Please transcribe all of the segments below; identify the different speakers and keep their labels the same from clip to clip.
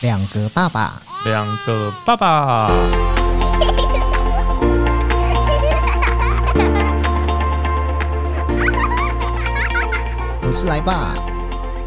Speaker 1: 两个爸爸，
Speaker 2: 两个爸爸。
Speaker 1: 我是来爸，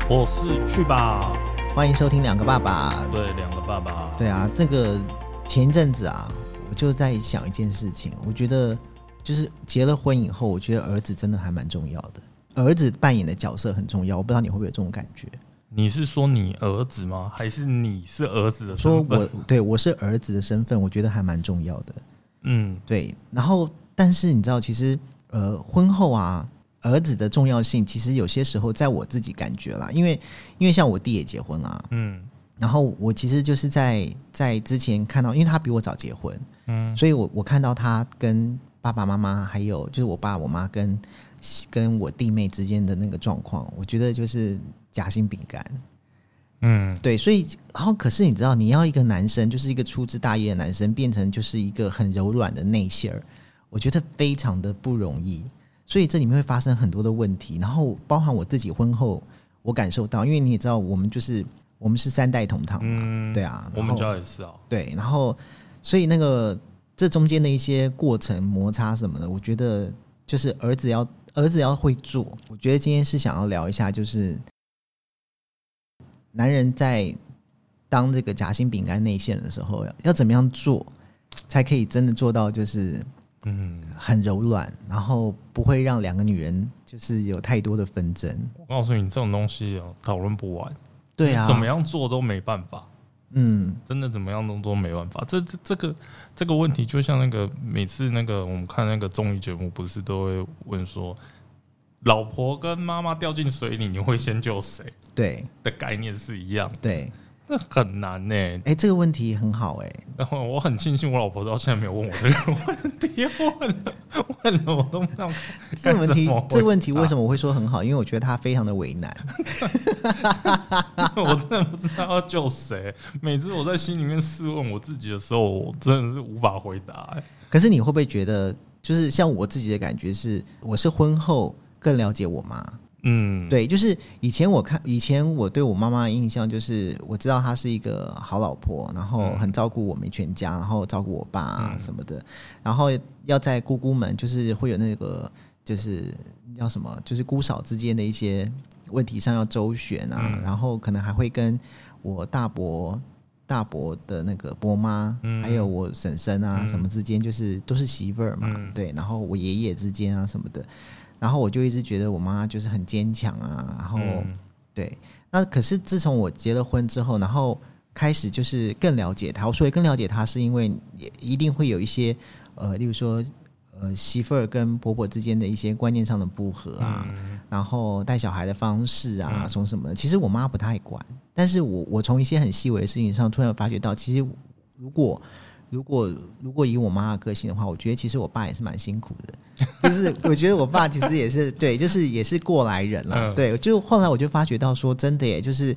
Speaker 2: 我是去吧，
Speaker 1: 欢迎收听两个爸爸。
Speaker 2: 对，两个爸爸。
Speaker 1: 对啊，这个前一阵子啊，我就在想一件事情，我觉得就是结了婚以后，我觉得儿子真的还蛮重要的，儿子扮演的角色很重要。我不知道你会不会有这种感觉，
Speaker 2: 你是说你儿子吗？还是你是儿子的
Speaker 1: 说
Speaker 2: 身份？
Speaker 1: 我对我是儿子的身份，我觉得还蛮重要的。
Speaker 2: 嗯，
Speaker 1: 对，然后但是你知道，其实呃，婚后啊，儿子的重要性，其实有些时候在我自己感觉啦，因为因为像我弟也结婚啦，
Speaker 2: 嗯
Speaker 1: 然后我其实就是在在之前看到，因为他比我早结婚，
Speaker 2: 嗯
Speaker 1: 所以我我看到他跟爸爸妈妈还有就是我爸我妈跟跟我弟妹之间的那个状况，我觉得就是夹心饼干。
Speaker 2: 嗯，
Speaker 1: 对，所以然后可是你知道，你要一个男生，就是一个粗枝大叶的男生，变成就是一个很柔软的内馅儿，我觉得非常的不容易。所以这里面会发生很多的问题，然后包含我自己婚后，我感受到，因为你也知道，我们就是我们是三代同堂嘛，
Speaker 2: 嗯
Speaker 1: 对啊，
Speaker 2: 我
Speaker 1: 然
Speaker 2: 们
Speaker 1: 后
Speaker 2: 家也是啊。
Speaker 1: 对，然后所以那个这中间的一些过程摩擦什么的，我觉得就是儿子要儿子要会做。我觉得今天是想要聊一下，就是男人在当这个夹心饼干内馅的时候，要要怎么样做，才可以真的做到就是
Speaker 2: 嗯，
Speaker 1: 很柔软，然后不会让两个女人就是有太多的纷争。
Speaker 2: 我告诉你，这种东西哦，讨论不完。
Speaker 1: 对啊，
Speaker 2: 怎么？样做都没办法，
Speaker 1: 嗯，
Speaker 2: 真的怎么样都都没办法。这这这个这个问题，就像那个每次那个我们看那个综艺节目，不是都会问说，老婆跟妈妈掉进水里，你会先救谁
Speaker 1: 对
Speaker 2: 的概念是一样的，
Speaker 1: 对，
Speaker 2: 这很难呢、
Speaker 1: 哎、这个问题很好哎、
Speaker 2: 然后我很庆幸我老婆到现在没有问我这个问题，问了问了我都不知道
Speaker 1: 这个问题
Speaker 2: 该怎么回，答
Speaker 1: 这个问题为什么我会说很好？因为我觉得他非常的为难。
Speaker 2: 我真的不知道要救谁。每次我在心里面试问我自己的时候，我真的是无法回答、欸。
Speaker 1: 可是你会不会觉得，就是像我自己的感觉是，我是婚后更了解我妈。
Speaker 2: 嗯，
Speaker 1: 对，就是以前我看，以前我对我妈妈的印象就是，我知道她是一个好老婆，然后很照顾我们全家，然后照顾我爸、啊
Speaker 2: 嗯
Speaker 1: 什么的，然后要在姑姑们就是会有那个就是叫什么，就是姑嫂之间的一些问题上要周旋啊，
Speaker 2: 嗯
Speaker 1: 然后可能还会跟我大伯。大伯的那个伯妈，还有我婶婶啊，什么之间就是都是媳妇儿嘛，对，然后我爷爷之间啊什么的，然后我就一直觉得我妈就是很坚强啊，然后、
Speaker 2: 嗯
Speaker 1: 对，那可是自从我结了婚之后，然后开始就是更了解她。我所以更了解她，是因为也一定会有一些呃，例如说呃媳妇儿跟婆婆之间的一些观念上的不合啊，然后带小孩的方式啊，什么什么的。其实我妈不太管，但是我我从一些很细微的事情上突然发觉到，其实如果如果如果以我妈的个性的话，我觉得其实我爸也是蛮辛苦的。就是我觉得我爸其实也是对，就是也是过来人啦。
Speaker 2: 嗯
Speaker 1: 对，就后来我就发觉到说，真的耶，就是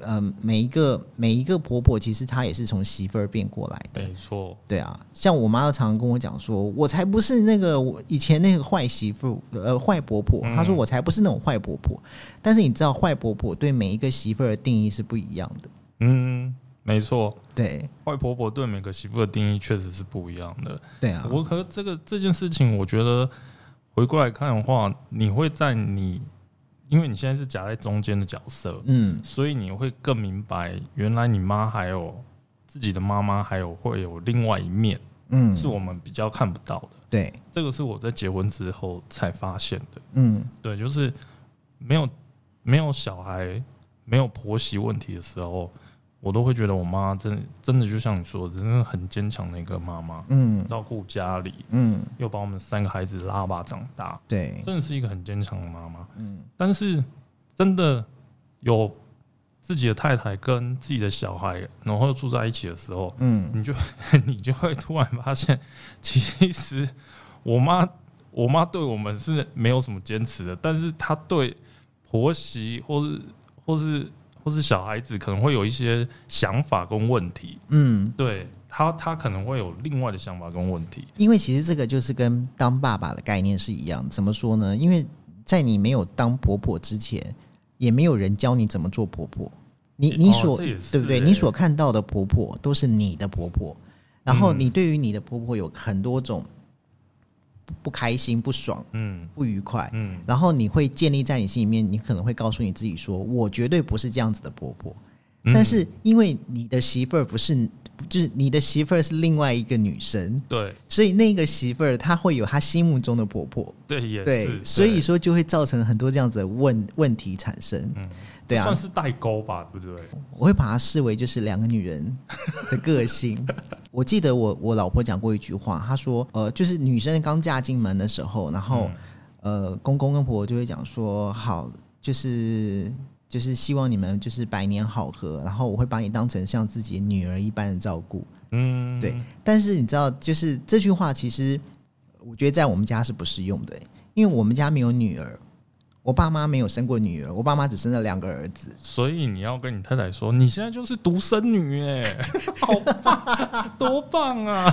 Speaker 1: 呃，每一个每一个婆婆其实她也是从媳妇儿变过来的。
Speaker 2: 没错，
Speaker 1: 对啊，像我妈常常跟我讲说，我才不是那个我以前那个坏媳妇，呃，坏婆婆。
Speaker 2: 嗯
Speaker 1: 她说我才不是那种坏婆婆。但是你知道，坏婆婆对每一个媳妇儿的定义是不一样的。
Speaker 2: 嗯，没错。
Speaker 1: 对，
Speaker 2: 坏婆婆对每个媳妇的定义确实是不一样的。
Speaker 1: 对啊，
Speaker 2: 我可这个这件事情，我觉得回过来看的话，你会在你，因为你现在是夹在中间的角色，
Speaker 1: 嗯，
Speaker 2: 所以你会更明白，原来你妈还有自己的妈妈，还有会有另外一面，
Speaker 1: 嗯，
Speaker 2: 是我们比较看不到的。
Speaker 1: 对，
Speaker 2: 这个是我在结婚之后才发现的。
Speaker 1: 嗯，
Speaker 2: 对，就是没有没有小孩、没有婆媳问题的时候，我都会觉得我妈真的真的就像你说的，真的很坚强的一个妈妈，
Speaker 1: 嗯，
Speaker 2: 照顾家里，
Speaker 1: 嗯，
Speaker 2: 又把我们三个孩子拉拔长大，
Speaker 1: 对，
Speaker 2: 真的是一个很坚强的妈妈。
Speaker 1: 嗯，
Speaker 2: 但是真的有自己的太太跟自己的小孩，然后住在一起的时候，
Speaker 1: 嗯，
Speaker 2: 你就 你就会突然发现，其实我妈我妈对我们是没有什么坚持的，但是她对婆媳或是或是或是小孩子可能会有一些想法跟问题，
Speaker 1: 嗯。
Speaker 2: 对她她可能会有另外的想法跟问题，
Speaker 1: 因为其实这个就是跟当爸爸的概念是一样的。怎么说呢？因为在你没有当婆婆之前，也没有人教你怎么做婆婆。你
Speaker 2: 也
Speaker 1: 你
Speaker 2: 哦
Speaker 1: 所、
Speaker 2: 这也是
Speaker 1: 对不对？
Speaker 2: 欸
Speaker 1: 你所看到的婆婆都是你的婆婆，然后
Speaker 2: 嗯
Speaker 1: 你对于你的婆婆有很多种不不开心、不爽、
Speaker 2: 嗯
Speaker 1: 不愉快，
Speaker 2: 嗯
Speaker 1: 然后你会建立在你心里面，你可能会告诉你自己说：“我绝对不是这样子的婆婆。”
Speaker 2: 嗯
Speaker 1: 但是因为你的媳妇儿不是，就是你的媳妇儿是另外一个女生，
Speaker 2: 对
Speaker 1: 所以那个媳妇儿她会有她心目中的婆婆，
Speaker 2: 对也
Speaker 1: 对
Speaker 2: 是，，
Speaker 1: 所以
Speaker 2: 对
Speaker 1: 说就会造成很多这样子的问问题产生。
Speaker 2: 嗯
Speaker 1: 对啊
Speaker 2: 算，是代沟吧，对不对？
Speaker 1: 我会把它视为就是两个女人的个性。 我记得我我老婆讲过一句话，她说：“呃，就是女生刚嫁进门的时候，然后、
Speaker 2: 嗯
Speaker 1: 呃，公公跟婆婆就会讲说，好，就是就是希望你们就是百年好合，然后我会把你当成像自己女儿一般的照顾。
Speaker 2: 嗯，
Speaker 1: 对，但是你知道，就是这句话其实我觉得在我们家是不适用的、欸因为我们家没有女儿，我爸妈没有生过女儿，我爸妈只生了两个儿子。
Speaker 2: 所以你要跟你太太说，你现在就是独生女哎、 好棒，多棒啊！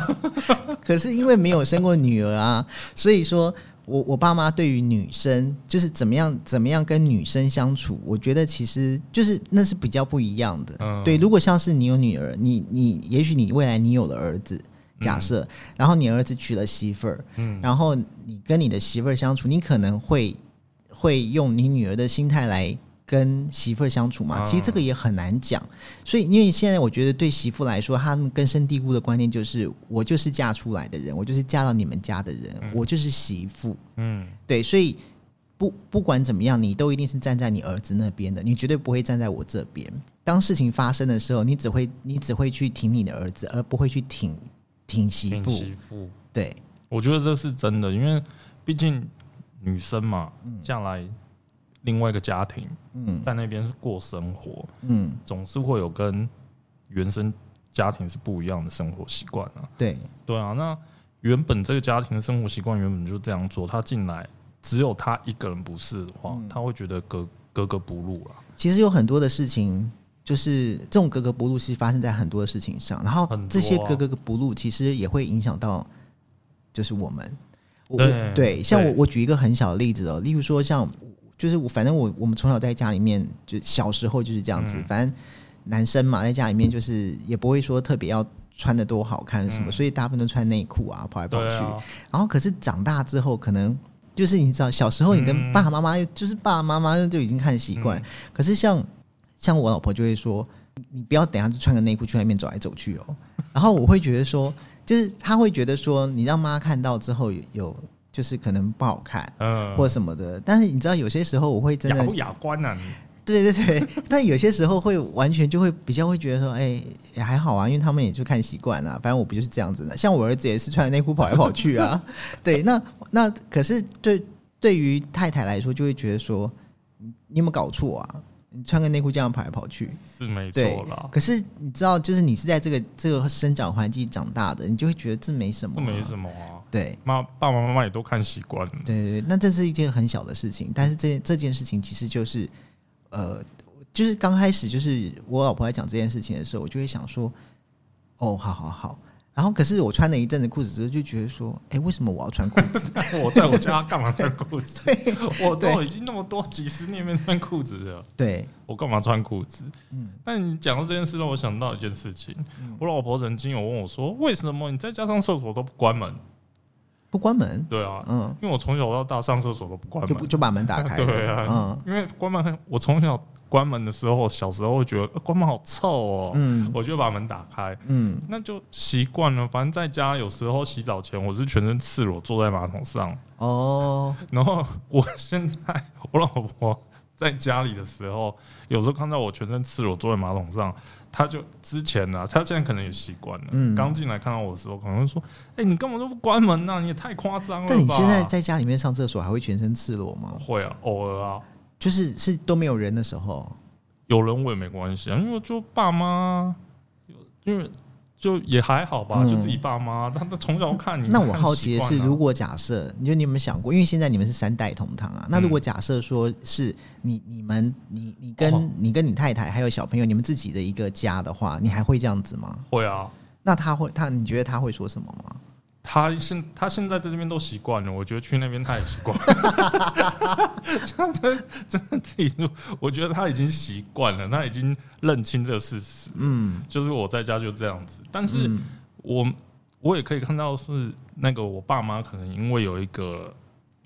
Speaker 1: 可是因为没有生过女儿啊，所以说我我爸妈对于女生就是怎么样怎么样跟女生相处，我觉得其实就是那是比较不一样的。
Speaker 2: 嗯
Speaker 1: 对，如果像是你有女儿，你你也许你未来你有了儿子。假设，然后你儿子娶了媳妇儿，
Speaker 2: 嗯
Speaker 1: 然后你跟你的媳妇儿相处，你可能会会用你女儿的心态来跟媳妇儿相处嘛？
Speaker 2: 嗯
Speaker 1: 其实这个也很难讲。所以，因为现在我觉得对媳妇来说，她们根深蒂固的观念就是，我就是嫁出来的人，我就是嫁到你们家的人，我就是媳妇。
Speaker 2: 嗯，
Speaker 1: 对，所以不不管怎么样，你都一定是站在你儿子那边的，你绝对不会站在我这边。当事情发生的时候，你只会你只会去挺你的儿子，而不会去挺挺媳
Speaker 2: 挺
Speaker 1: 妇。
Speaker 2: 媳妇，
Speaker 1: 对，
Speaker 2: 我觉得这是真的，因为毕竟女生嘛，嫁来另外一个家庭，
Speaker 1: 嗯
Speaker 2: 在那边过生活，
Speaker 1: 嗯，
Speaker 2: 总是会有跟原生家庭是不一样的生活习惯啊。
Speaker 1: 对，
Speaker 2: 对啊，那原本这个家庭的生活习惯原本就这样做，他进来只有他一个人不是的话，
Speaker 1: 嗯
Speaker 2: 他会觉得格格格不入啊啦。
Speaker 1: 其实有很多的事情。就是这种格格不入是发生在很多的事情上，然后
Speaker 2: 很多啊
Speaker 1: 这些格格不入其实也会影响到，就是我们，我
Speaker 2: 对
Speaker 1: 我对，像我
Speaker 2: 对
Speaker 1: 我举一个很小的例子哦，例如说像就是我反正我我们从小在家里面就小时候就是这样
Speaker 2: 嗯
Speaker 1: 子，反正男生嘛在家里面就是也不会说特别要穿的多好看什么，
Speaker 2: 嗯
Speaker 1: 所以大部分都穿内裤啊跑来跑
Speaker 2: 对
Speaker 1: 去，
Speaker 2: 啊，
Speaker 1: 然后可是长大之后，可能就是你知道，小时候你跟
Speaker 2: 嗯
Speaker 1: 爸爸妈妈、就是爸爸妈妈就已经看习惯，可是像像我老婆就会说，你你不要等一下就穿个内裤去外面走来走去哦。 然后我会觉得说，就是她会觉得说，你让妈看到之后有有就是可能不好看。
Speaker 2: 嗯，
Speaker 1: 或什么的，但是你知道，有些时候我会真
Speaker 2: 雅
Speaker 1: 的
Speaker 2: 不，雅观啊？你
Speaker 1: 对对对，但有些时候会完全就会比较会觉得说，哎、也还好啊，因为他们也就看习惯啊了，反正我不就是这样子的。像我儿子也是穿着内裤跑来跑去 啊，对，那那可是对对于太太来说，就会觉得说，你你有没有搞错啊？你穿个内裤这样跑来跑去，
Speaker 2: 是没
Speaker 1: 对
Speaker 2: 错啦，
Speaker 1: 可是你知道，就是你是在这个这个生长环境长大的，你就会觉得这没什么、
Speaker 2: 这
Speaker 1: 啊，
Speaker 2: 没什么啊。
Speaker 1: 对。
Speaker 2: 妈，爸爸妈妈也都看习惯 了。
Speaker 1: 对对对，那这是一件很小的事情，但是这这件事情其实就是，呃，就是刚开始就是我老婆在讲这件事情的时候，我就会想说，哦，好好好。然后可是我穿了一阵子裤子之后，就觉得说，哎，为什么我要穿裤 子？
Speaker 2: 我在我家干嘛穿裤子？我
Speaker 1: 对
Speaker 2: 都已经那么多几十年没穿裤子了，
Speaker 1: 对，
Speaker 2: 我干嘛穿裤子？
Speaker 1: 嗯
Speaker 2: 但你讲到这件事，让我想到一件事情。我老婆曾经有问我说：“为什么你在家上厕所都不关门
Speaker 1: 不关门？”，
Speaker 2: 对啊，
Speaker 1: 嗯，
Speaker 2: 因为我从小到大上厕所都不关
Speaker 1: 就不
Speaker 2: 门。
Speaker 1: 就把门打开了， 嗯
Speaker 2: 对啊，因为关门很，我从小关门的时候，小时候会觉得呃关门好臭哦，
Speaker 1: 嗯
Speaker 2: 我就把门打开，
Speaker 1: 嗯嗯
Speaker 2: 那就习惯了。反正在家有时候洗澡前，我是全身赤裸坐在马桶上，
Speaker 1: 哦，
Speaker 2: 然后我现在我老婆在家里的时候，有时候看到我全身赤裸坐在马桶上，她就之前呢、啊，她现在可能也习惯了。
Speaker 1: 嗯
Speaker 2: 刚进来看到我的时候，可能会说：“哎、你干嘛都不关门呐、你也太夸张了吧！”
Speaker 1: 但你现在在家里面上厕所还会全身赤裸吗？
Speaker 2: 会啊，偶尔啊，
Speaker 1: 就是是都没有人的时候，
Speaker 2: 有人我也没关系啊，因为就爸妈，因为就也还好吧，
Speaker 1: 嗯
Speaker 2: 就自己爸妈，他他从小看你。
Speaker 1: 那我
Speaker 2: 看
Speaker 1: 好奇的
Speaker 2: 习
Speaker 1: 是，
Speaker 2: 惯啊
Speaker 1: 如果假设，你就你有没有想过，因为现在你们是三代同堂啊，那
Speaker 2: 嗯
Speaker 1: 如果假设说是你、你们、你、你跟、
Speaker 2: 哦
Speaker 1: 你跟你太太还有小朋友，你们自己的一个家的话，你还会这样子吗？
Speaker 2: 会啊，
Speaker 1: 那他会他，你觉得他会说什么吗？
Speaker 2: 他现他现在在这边都习惯了，我觉得去那边他也习惯 了。这样真真的自己说，我觉得他已经习惯了，他已经认清这个事实。
Speaker 1: 嗯
Speaker 2: 就是我在家就这样子，但是
Speaker 1: 嗯
Speaker 2: 我、我也可以看到是那个我爸妈可能因为有一个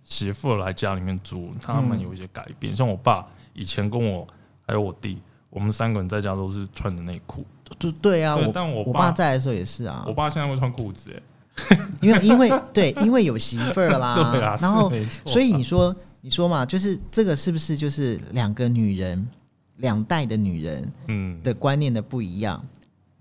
Speaker 2: 媳妇来家里面住，他们
Speaker 1: 嗯
Speaker 2: 有一些改变。像我爸以前跟我还有我弟，我们三个人在家都是穿着内裤，
Speaker 1: 就对啊，
Speaker 2: 对
Speaker 1: 我
Speaker 2: 但我
Speaker 1: 我
Speaker 2: 爸
Speaker 1: 爸在的时候也是啊
Speaker 2: 我，爸现在会穿裤子、欸，
Speaker 1: 因为 因为对，因为有媳妇儿啦，
Speaker 2: 对啊，
Speaker 1: 然后
Speaker 2: 是没错啊
Speaker 1: 所以你说，你说嘛，就是这个是不是就是两个女人，两代的女人
Speaker 2: 嗯，
Speaker 1: 的观念的不一样，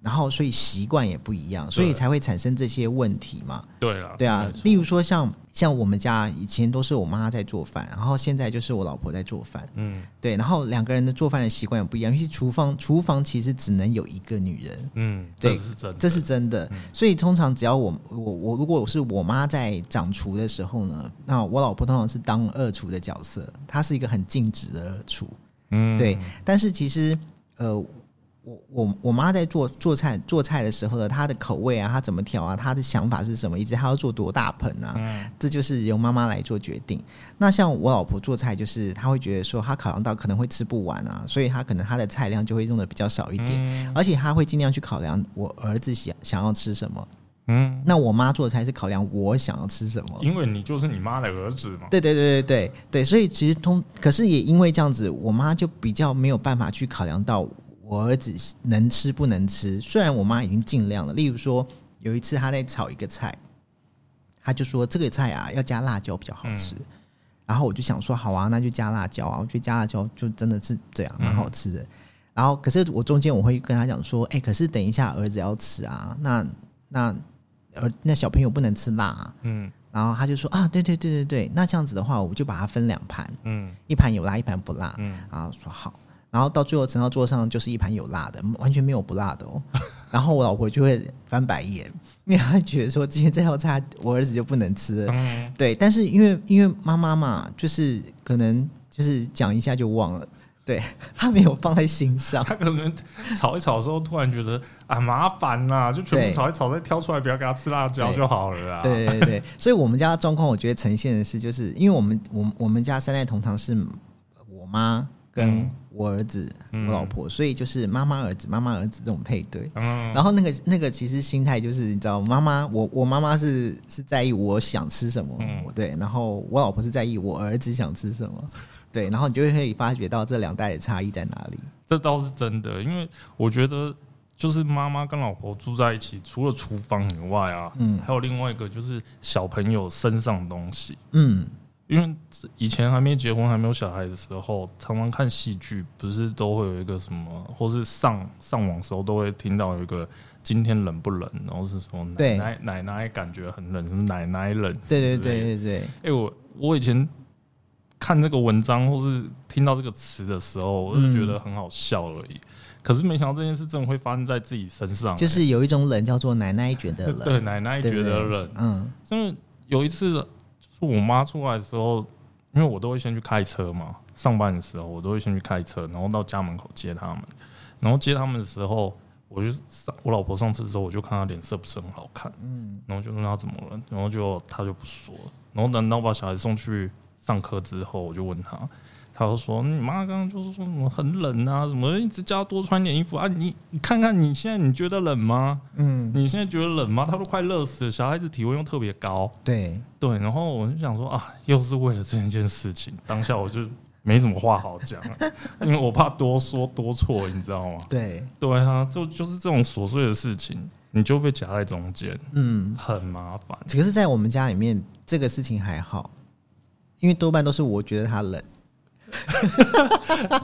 Speaker 1: 然后所以习惯也不一样，所以
Speaker 2: 对
Speaker 1: 才会产生这些问题嘛？
Speaker 2: 对啊，
Speaker 1: 对
Speaker 2: 是
Speaker 1: 啊
Speaker 2: 没，错
Speaker 1: 例如说像像我们家以前都是我妈在做饭，然后现在就是我老婆在做饭，
Speaker 2: 嗯
Speaker 1: 对，然后两个人的做饭的习惯也不一样，尤其厨房厨房其实只能有一个女人。
Speaker 2: 嗯，
Speaker 1: 对
Speaker 2: 这是真的，嗯
Speaker 1: 这是真的，所以通常只要我我我如果我是我妈在掌厨的时候呢，那我老婆通常是当二厨的角色，她是一个很尽职的二厨，
Speaker 2: 嗯
Speaker 1: 对。但是其实呃，我我我妈在做做菜做菜的时候呢，她的口味啊，她怎么调啊，她的想法是什么，以及她要做多大盆啊，
Speaker 2: 嗯
Speaker 1: 这就是由妈妈来做决定。那像我老婆做菜，就是她会觉得说，她考量到可能会吃不完啊，所以她可能她的菜量就会用的比较少一点，
Speaker 2: 嗯
Speaker 1: 而且她会尽量去考量我儿子想想要吃什么。
Speaker 2: 嗯，
Speaker 1: 那我妈做菜是考量我想要吃什么。
Speaker 2: 因为你就是你妈的儿子嘛，
Speaker 1: 对对对对对对，所以其实通，可是也因为这样子，我妈就比较没有办法去考量到我儿子能吃不能吃。虽然我妈已经尽量了，例如说有一次她在炒一个菜，她就说这个菜啊要加辣椒比较好吃。然后我就想说，好啊，那就加辣椒啊！我觉得加辣椒就真的是这样，蛮好吃的。然后，可是我中间我会跟她讲说，哎、可是等一下儿子要吃啊，那那儿那小朋友不能吃辣、啊，
Speaker 2: 嗯
Speaker 1: 然后他就说啊，对对对对对，那这样子的话，我就把它分两盘，
Speaker 2: 嗯
Speaker 1: 一盘有辣，一盘不辣。
Speaker 2: 嗯
Speaker 1: 然后说好，然后到最后盛到桌上就是一盘有辣的，完全没有不辣的哦。 然后我老婆就会翻白眼，因为她觉得说今天这道菜我儿子就不能吃了。
Speaker 2: 嗯，
Speaker 1: 对，但是因为因为妈妈嘛，就是可能就是讲一下就忘了，对她没有放在心上。
Speaker 2: 他可能炒一炒的时候，突然觉得啊麻烦啦，就全
Speaker 1: 对
Speaker 2: 部炒一炒再挑出来，不要给他吃辣椒
Speaker 1: 对
Speaker 2: 就好了啊啦。
Speaker 1: 对对对对，所以我们家的状况，我觉得呈现的是，就是因为我们我们我们家三代同堂是我妈跟
Speaker 2: 嗯
Speaker 1: 我儿子、
Speaker 2: 嗯
Speaker 1: 我老婆，所以就是妈妈儿子妈妈儿子这种配对。
Speaker 2: 嗯，
Speaker 1: 然后那个那个其实心态就是你知道，妈妈我我妈妈是是在意我想吃什么，
Speaker 2: 嗯
Speaker 1: 对，然后我老婆是在意我儿子想吃什么，对，然后你就可以发觉到这两代的差异在哪里。
Speaker 2: 这倒是真的，因为我觉得就是妈妈跟老婆住在一起，除了厨房以外啊，
Speaker 1: 嗯
Speaker 2: 还有另外一个就是小朋友身上的东西。
Speaker 1: 嗯，
Speaker 2: 因为以前还没结婚、还没有小孩的时候，常常看戏剧，不是都会有一个什么，或是上上网的时候都会听到有一个今天冷不冷，然后是什么奶
Speaker 1: 对
Speaker 2: 奶奶奶感觉很冷，什么奶奶冷，
Speaker 1: 对对对对对，
Speaker 2: 哎、我我以前看这个文章或是听到这个词的时候，我就觉得很好笑而已。可是没想到这件事真的会发生在自己身
Speaker 1: 嗯
Speaker 2: 上、
Speaker 1: 就
Speaker 2: 欸
Speaker 1: 是有一种冷叫做奶奶觉得冷，
Speaker 2: 对奶奶
Speaker 1: 对不
Speaker 2: 觉得
Speaker 1: 对
Speaker 2: 冷，
Speaker 1: 嗯
Speaker 2: 因为有一次就是我妈出来的时候，因为我都会先去开车嘛，上班的时候我都会先去开车，然后到家门口接他们，然后接他们的时候。我就上我老婆上次之后，我就看她脸色不是很好看，
Speaker 1: 嗯
Speaker 2: 然后就问他怎么了，然后就他就不说了。然后等到把小孩送去上课之后，我就问他，他就说：“你妈刚刚就是说什么很冷啊，什么一直叫他多穿点衣服啊。你你看看你现在你觉得冷吗？
Speaker 1: 嗯，
Speaker 2: 你现在觉得冷吗？他都快热死了，小孩子体温又特别高。
Speaker 1: 对。
Speaker 2: 对，然后我就想说啊，又是为了这一件事情，当下我就没什么话好讲了、因为我怕多说多错，你知道吗？
Speaker 1: 对，
Speaker 2: 对啊，就就是这种琐碎的事情，你就被夹在中间，
Speaker 1: 嗯，
Speaker 2: 很麻 烦。
Speaker 1: 可是在我们家里面，这个事情还好，因为多半都是我觉得他 冷，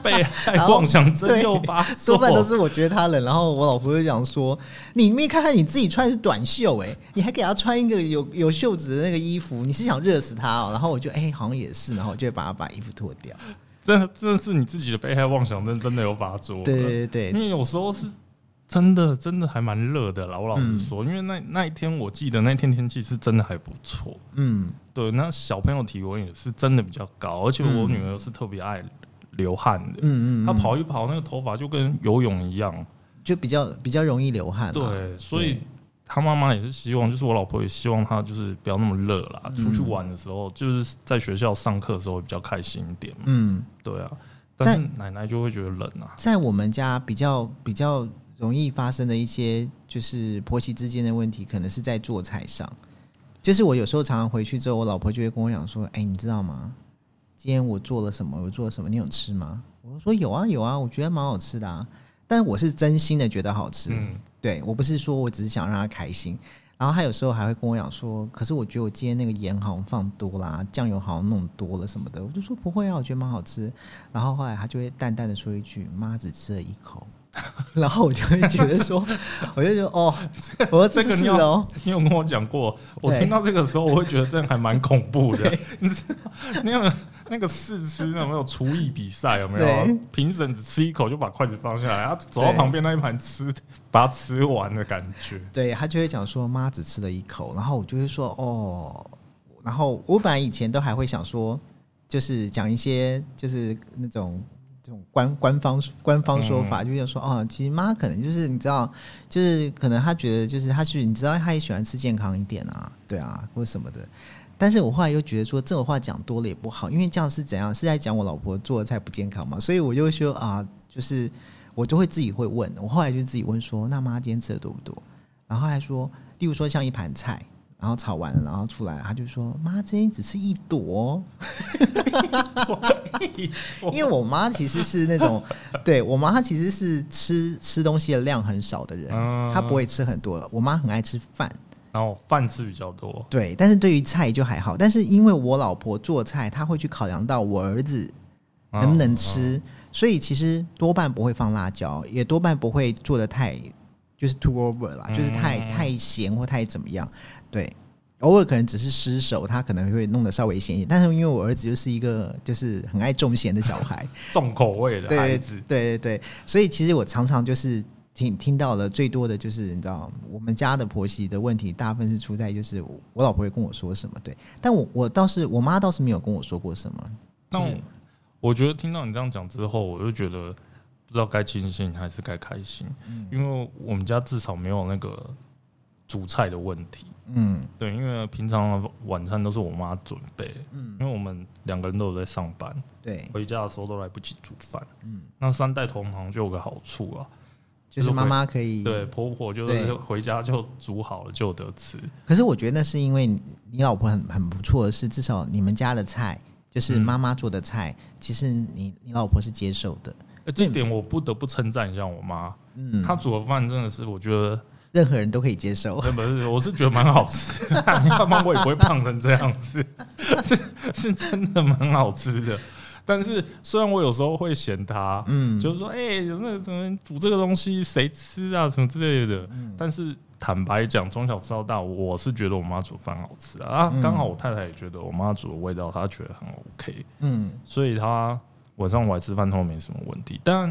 Speaker 2: 被害妄想症又发作
Speaker 1: 多，半都是我觉得他冷，然后我老婆就讲说：“你没看看你自己穿的是短袖、欸，你还给他穿一个有有袖子的那个衣服，你是想热死他哦、然后我就哎、好像也是，然后我就会把他把衣服脱掉。
Speaker 2: 真的真的是你自己的被害妄想症真的有发作。
Speaker 1: 对对对
Speaker 2: 因
Speaker 1: 对，
Speaker 2: 为有时候是真的真的还蛮热的啦，我老实
Speaker 1: 嗯
Speaker 2: 说，因为那那一天我记得那天天气是真的还不错，
Speaker 1: 嗯
Speaker 2: 对，那小朋友体温也是真的比较高，而且我
Speaker 1: 嗯
Speaker 2: 女儿是特别爱流汗的，
Speaker 1: 嗯嗯，
Speaker 2: 她
Speaker 1: 嗯
Speaker 2: 跑一跑那个头发就跟游泳一样，
Speaker 1: 就比较比较容易流汗、啊。
Speaker 2: 对，所以他妈妈也是希望，就是我老婆也希望他就是不要那么热啦，
Speaker 1: 嗯
Speaker 2: 出去玩的时候，就是在学校上课的时候比较开心一点嘛。
Speaker 1: 嗯，
Speaker 2: 对啊，但是
Speaker 1: 在
Speaker 2: 奶奶就会觉得冷啊。
Speaker 1: 在我们家比较比较容易发生的一些就是婆媳之间的问题，可能是在做菜上。就是我有时候常常回去之后，我老婆就会跟我讲说：“哎、你知道吗？今天我做了什么？我做了什么？你有吃吗？”我就说：“有啊，有啊，我觉得蛮好吃的啊。”但我是真心的觉得好吃，
Speaker 2: 嗯，
Speaker 1: 对我不是说我只是想让他开心。然后他有时候还会跟我讲说，可是我觉得我今天那个盐好像放多啦，酱油好像弄多了什么的。我就说不会啊，我觉得蛮好吃。然后后来他就会淡淡的说一句：“妈，只吃了一口。” 然后我就会觉得说，我就觉得哦，我说这
Speaker 2: 这个
Speaker 1: 是
Speaker 2: 你有
Speaker 1: 哦，
Speaker 2: 你有跟我讲过，我
Speaker 1: 对
Speaker 2: 听到这个时候，我会觉得这样还蛮恐怖的。 你知道，那个那个试吃有没有厨艺比赛？有没
Speaker 1: 对
Speaker 2: 有评审只吃一口就把筷子放下来，他走到
Speaker 1: 对
Speaker 2: 旁边那一盘吃，把它吃完的感觉。
Speaker 1: 对他就会讲说妈只吃了一口，然后我就会说哦，然后我本来以前都还会想说，就是讲一些就是那种这种官官方官方说法，就想说哦，其实妈可能就是你知道，就是可能她觉得就是她去，你知道她也喜欢吃健康一点啊，对啊，或什么的。但是我后来又觉得说这种话讲多了也不好，因为这样是怎样是在讲我老婆做的菜不健康嘛，所以我就会说啊，就是我就会自己会问，我后来就自己问说，那妈今天吃的多不多？然后还说，例如说像一盘菜，然后炒完了，然后出来，他就说：“妈，今天只吃一朵哦。
Speaker 2: 我”
Speaker 1: 因为我妈其实是那种，对我妈她其实是吃吃东西的量很少的人，
Speaker 2: 嗯
Speaker 1: 她不会吃很多。我妈很爱吃饭，
Speaker 2: 然后饭吃比较多，
Speaker 1: 对，但是对于菜就还好。但是因为我老婆做菜，她会去考量到我儿子
Speaker 2: 啊
Speaker 1: 能不能吃，所以其实多半不会放辣椒，也多半不会做的太就是 too over 啦，就是太
Speaker 2: 嗯
Speaker 1: 太咸或太怎么样。对，偶尔可能只是失手，他可能会弄得稍微咸一点。但是因为我儿子就是一个就是很爱重咸的小 孩，
Speaker 2: 重口味的孩
Speaker 1: 对
Speaker 2: 子
Speaker 1: 对。对对，所以其实我常常就是。听听到了最多的就是你知道我们家的婆媳的问题，大部分是出在就是我我老婆会跟我说什么，对，但我我倒是我妈倒是没有跟我说过什么，
Speaker 2: 那
Speaker 1: 就
Speaker 2: 我
Speaker 1: 是
Speaker 2: 我觉得听到你这样讲之后，我就觉得不知道该庆幸还是该开心，
Speaker 1: 嗯
Speaker 2: 因为我们家至少没有那个煮菜的问题。
Speaker 1: 嗯
Speaker 2: 对，因为平常的晚餐都是我妈准备，嗯，因为我们两个人都有在上班，
Speaker 1: 对，
Speaker 2: 回家的时候都来不及煮饭，嗯，那三代同堂就有个好处啊，
Speaker 1: 就是妈妈可以
Speaker 2: 对，婆婆就是
Speaker 1: 嗯对
Speaker 2: 回家就煮好了就有得吃，
Speaker 1: 可是我觉得那是因为你你老婆很很不错的是，至少你们家的菜就是
Speaker 2: 嗯
Speaker 1: 妈妈做的菜，其实你你老婆是接受的。
Speaker 2: 哎，这一点我不得不称赞一下我妈，
Speaker 1: 嗯，
Speaker 2: 她煮的饭真的是我觉得哎
Speaker 1: 任何人都可以接受。
Speaker 2: 不是，我是觉得蛮好吃。 你要不然我也不会胖成这样子， 是是真的蛮好吃的。但是虽然我有时候会嫌它，
Speaker 1: 嗯，
Speaker 2: 就是说，哎、有那怎么煮这个东西谁吃啊，什么之类的。
Speaker 1: 嗯
Speaker 2: 但是坦白讲，从小吃到大，我是觉得我妈煮饭好吃啊。啊
Speaker 1: 嗯
Speaker 2: 刚好我太太也觉得我妈煮的味道，她觉得很 OK，
Speaker 1: 嗯
Speaker 2: 所以她晚上我来吃饭都没什么问题。但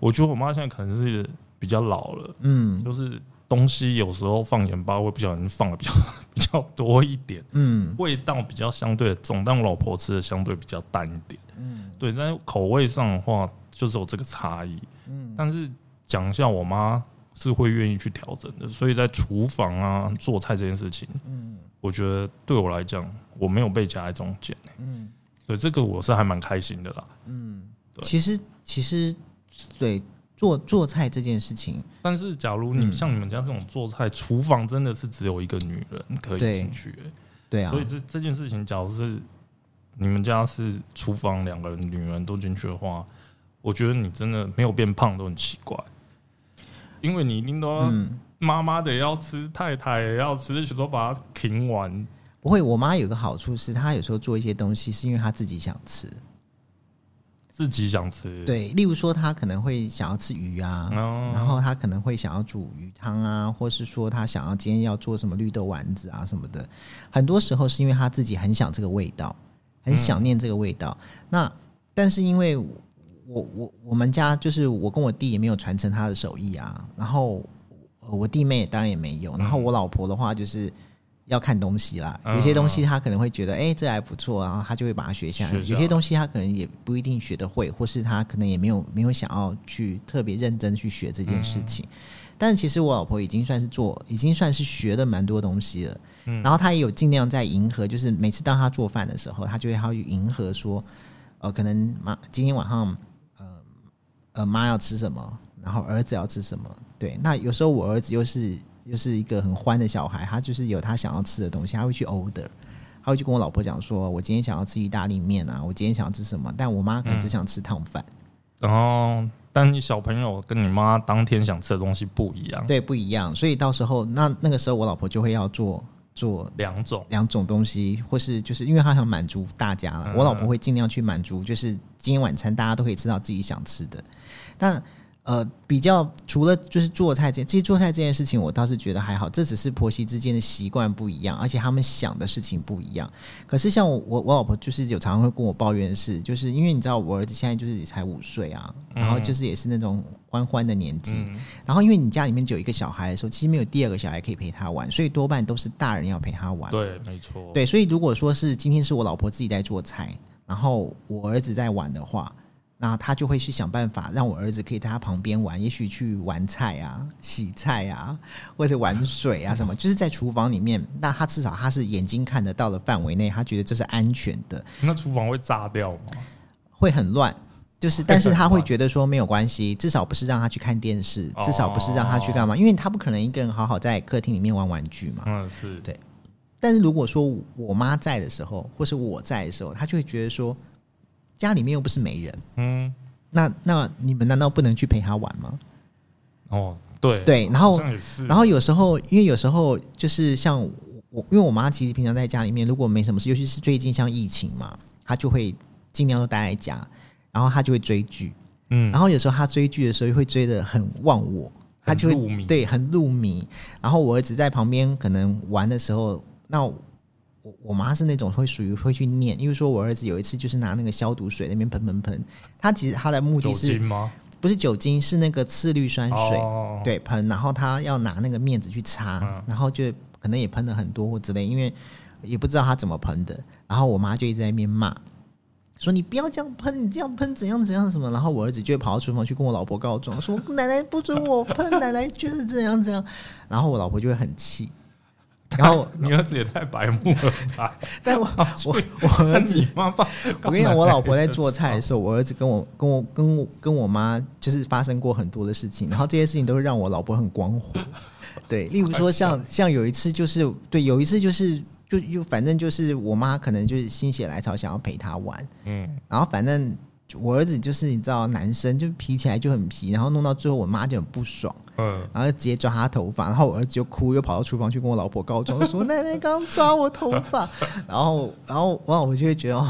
Speaker 2: 我觉得我妈现在可能是比较老了，
Speaker 1: 嗯
Speaker 2: 就是东西有时候放盐巴会不小心放的比较 比较多一点，
Speaker 1: 嗯
Speaker 2: 味道比较相对的重，但我老婆吃的相对比较淡一点。
Speaker 1: 嗯
Speaker 2: 对，但是口味上的话，就是有这个差异。
Speaker 1: 嗯
Speaker 2: 但是讲一下，我妈是会愿意去调整的，所以在厨房啊做菜这件事情，
Speaker 1: 嗯
Speaker 2: 我觉得对我来讲，我没有被夹在中间、欸，
Speaker 1: 嗯
Speaker 2: 所以这个我是还蛮开心的啦。
Speaker 1: 嗯
Speaker 2: 对。
Speaker 1: 其实其实对做做菜这件事情，
Speaker 2: 但是，假如你
Speaker 1: 嗯
Speaker 2: 像你们家这种做菜，厨房真的是只有一个女人可以
Speaker 1: 对
Speaker 2: 进去、欸，
Speaker 1: 对啊
Speaker 2: 所，以这这件事情，假如是你们家是厨房两个女人都进去的话，我觉得你真的没有变胖都很奇怪，因为你一定都要
Speaker 1: 嗯，
Speaker 2: 妈妈的也要吃，太太也要吃，全都把它停完。
Speaker 1: 不会。我妈有个好处是，她有时候做一些东西是因为她自己想吃。
Speaker 2: 自己想吃，，
Speaker 1: 对，例如说她可能会想要吃鱼啊，
Speaker 2: 哦
Speaker 1: 然后他可能会想要煮鱼汤啊，或是说他想要今天要做什么绿豆丸子啊什么的。很多时候是因为他自己很想这个味道，很想念这个味道。那但是因为我我我们家就是我跟我弟也没有传承他的手艺啊，然后呃我弟妹也当然也没有，然后我老婆的话就是。要看东西啦，有些东西她可能会觉得，哎、这还不错，然后她就会把它学下来。
Speaker 2: 学下
Speaker 1: 有
Speaker 2: 来
Speaker 1: 些东西她可能也不一
Speaker 2: 嗯
Speaker 1: 定学得会，或是她可能也没有没有想要去特别认真去学这件事情。但其实我老婆已经算是做，已经算是学的蛮多东西了。
Speaker 2: 嗯
Speaker 1: 然后她也有尽量在迎合，就是每次当她做饭的时候，她就会她去迎合说，呃，可能妈今天晚上，呃呃妈要吃什么，然后儿子要吃什么。对，那有时候我儿子又是又是一个很欢的小孩，他就是有他想要吃的东西，他会去 order。他会去跟我老婆讲说，我今天想要吃意大利面啊，我今天想要吃什么，但我妈可能只想吃烫饭，
Speaker 2: 然后，但你小朋友跟你妈当天想吃的东西不一样，
Speaker 1: 对，不一样。所以到时候那那个时候，我老婆就会要做做
Speaker 2: 两种。
Speaker 1: 两种东西，或是就是因为她想满足大家了，
Speaker 2: 嗯
Speaker 1: 我老婆会尽量去满足，就是今天晚餐大家都可以吃到自己想吃的。但呃，比较除了就是做菜这件，其实做菜这件事情，我倒是觉得还好，这只是婆媳之间的习惯不一样，而且他们想的事情不一样。可是像我我我老婆就是有常常会跟我抱怨的是，就是因为你知道我儿子现在就是也才五岁啊，然后就是也是那种欢欢的年纪，
Speaker 2: 嗯
Speaker 1: 然后因为你家里面只有一个小孩的时候，其实没有第二个小孩可以陪他玩，所以多半都是大人要陪他玩。
Speaker 2: 对，没错。
Speaker 1: 对，所以如果说是今天是我老婆自己在做菜，然后我儿子在玩的话，那他就会去想办法让我儿子可以在他旁边玩，也许去玩菜啊、洗菜啊，或者玩水啊什么，就是在厨房里面，那他至少他是眼睛看得到的范围内，他觉得这是安全的，
Speaker 2: 那厨房会炸掉吗？
Speaker 1: 会很乱。就是，
Speaker 2: 会
Speaker 1: 但是他
Speaker 2: 很
Speaker 1: 会
Speaker 2: 乱
Speaker 1: 觉得说没有关系，至少不是让他去看电视，至少不是让他去干嘛，因为他不可能一个人好好在客厅里面玩玩具嘛。
Speaker 2: 嗯，是。
Speaker 1: 啊对但是如果说我妈在的时候，或是我在的时候，她就会觉得说，家里面又不是没人，
Speaker 2: 嗯，
Speaker 1: 那那你们难道不能去陪她玩吗？
Speaker 2: 哦，对
Speaker 1: 对然后
Speaker 2: 好像也是，
Speaker 1: 然后有时候，因为有时候就是像我，因为我妈其实平常在家里面，如果没什么事，尤其是最近像疫情嘛，她就会尽量都待在家，然后她就会追剧，
Speaker 2: 嗯，
Speaker 1: 然后有时候她追剧的时候会追得很忘我，她就会
Speaker 2: 很入迷
Speaker 1: 对很入迷。然后我儿子在旁边可能玩的时候，那我我妈是那种会属于会去念，因为说我儿子有一次就是拿那个消毒水那边喷喷喷，他其实他的目
Speaker 2: 酒
Speaker 1: 的是
Speaker 2: 精吗？
Speaker 1: 不是酒精，是那个次氯酸水。
Speaker 2: 哦，
Speaker 1: 对喷，然后他要拿那个面子去擦，
Speaker 2: 嗯
Speaker 1: 然后就可能也喷了很多或之类，因为也不知道他怎么喷的。然后我妈就一直在那边骂，说你不要这样喷，你这样喷怎样怎样什么。然后我儿子就会跑到厨房去跟我老婆告状，说奶奶不准我喷，奶奶就是这样这样。然后我老婆就会很气，然后
Speaker 2: 你儿子也太白目了吧？
Speaker 1: 但 我 我我
Speaker 2: 那
Speaker 1: 儿子
Speaker 2: 你妈爸，
Speaker 1: 我跟你讲，我老婆在做菜的时候，我儿子跟我跟我跟我跟我妈就是发生过很多的事情，然后这些事情都会让我老婆很光火。对，例如说像像有一次就是对，有一次就是就就反正就是我妈可能就是心血来潮想要陪他玩，
Speaker 2: 嗯，
Speaker 1: 然后反正我儿子就是你知道男生就皮起来就很皮，然后弄到最后我妈就很不爽，
Speaker 2: 嗯
Speaker 1: 然后就直接抓他头发，然后我儿子就哭，又跑到厨房去跟我老婆告状，说奶奶刚抓我头发，然后然后我老婆就会觉得，哦、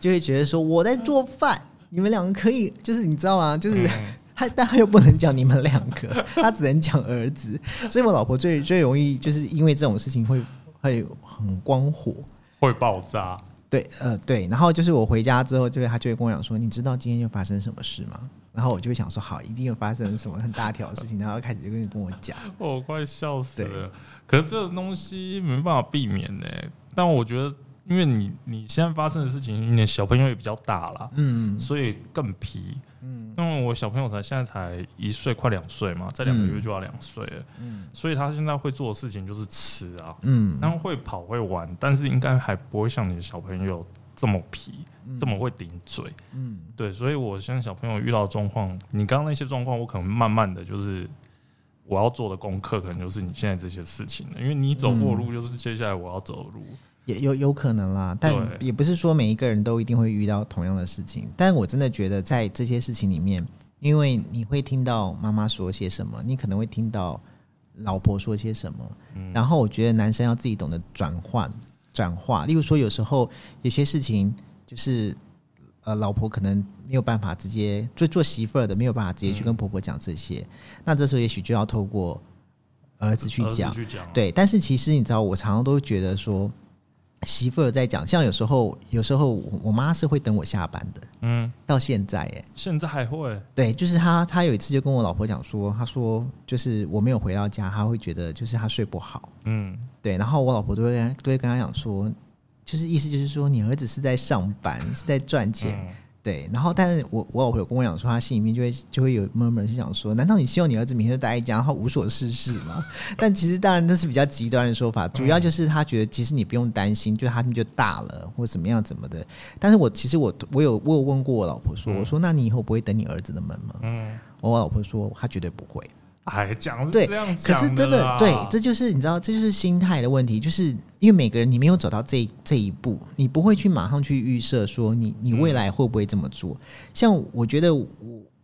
Speaker 1: 就会觉得说我在做饭，你们两个可以，就是你知道吗？就是。 他但他又不能讲你们两个， 他只能讲儿子，所以我老婆最最容易就是因为这种事情会会很光火，
Speaker 2: 会爆炸，
Speaker 1: 对，呃，对，然后就是我回家之后，就会他就会跟我讲说，你知道今天又发生什么事吗？然后我就会想说，好，一定又发生什么很大条的事情，然后开始就跟你跟我讲，
Speaker 2: 我哦快笑死了。可是这种东西没办法避免呢、但我觉得，因为你你现在发生的事情，你的小朋友也比较大了，
Speaker 1: 嗯，
Speaker 2: 所以更皮。嗯，因为我小朋友才现在才一岁，快两岁嘛，在两个月就要两岁了。嗯，所以他现在会做的事情就是吃啊，
Speaker 1: 嗯
Speaker 2: 然后会跑会玩，但是应该还不会像你的小朋友这么皮，这么会顶嘴。
Speaker 1: 嗯
Speaker 2: 对，所以我现在小朋友遇到的状况，你刚刚那些状况，我可能慢慢的就是我要做的功课，可能就是你现在这些事情了，因为你走过的路就是接下来我要走的路。
Speaker 1: 也有有可能啦，但
Speaker 2: 对
Speaker 1: 也不是说每一个人都一定会遇到同样的事情。但我真的觉得在这些事情里面，因为你会听到妈妈说些什么，你可能会听到老婆说些什么，
Speaker 2: 嗯
Speaker 1: 然后我觉得男生要自己懂得转换转化。例如说，有时候有些事情就是。呃，老婆可能没有办法直接，就做媳妇儿的没有办法直接去跟婆婆讲这些，那这时候也许就要透过儿子去
Speaker 2: 儿子
Speaker 1: 讲，
Speaker 2: 去讲，
Speaker 1: 对，但是其实你知道，我常常都觉得说，媳妇儿在讲，像有时候，有时候我我妈是会等我下班的，
Speaker 2: 嗯，
Speaker 1: 到现在哎，
Speaker 2: 现在还会，
Speaker 1: 对，就是她，她有一次就跟我老婆讲说，她说就是我没有回到家，她会觉得就是她睡不好，
Speaker 2: 嗯，
Speaker 1: 对，然后我老婆都会跟她都会跟她讲说，就是意思就是说你儿子是在上班，是在赚钱，
Speaker 2: 嗯
Speaker 1: 对，然后但是我我老婆有跟我讲说，她心里面就会就会有 murmur 是想说，难道你希望你儿子每天都待在家，然后无所事事吗？ 但其实当然那是比较极端的说法，主要就是她觉得其实你不用担心，就他们就大了或怎么样怎么的。但是我其实我我有我有问过我老婆说，我说那你以后不会等你儿子的门吗？
Speaker 2: 嗯，
Speaker 1: 我老婆说她绝对不会。
Speaker 2: 哎，讲是
Speaker 1: 对
Speaker 2: 这样
Speaker 1: 哎可是
Speaker 2: 讲
Speaker 1: 真
Speaker 2: 的
Speaker 1: 的，对，
Speaker 2: 啦
Speaker 1: 这就是你知道，这就是心态的问题，就是因为每个人你没有走到这一这一步，你不会去马上去预设说你你未来会不会这么做。像我觉得我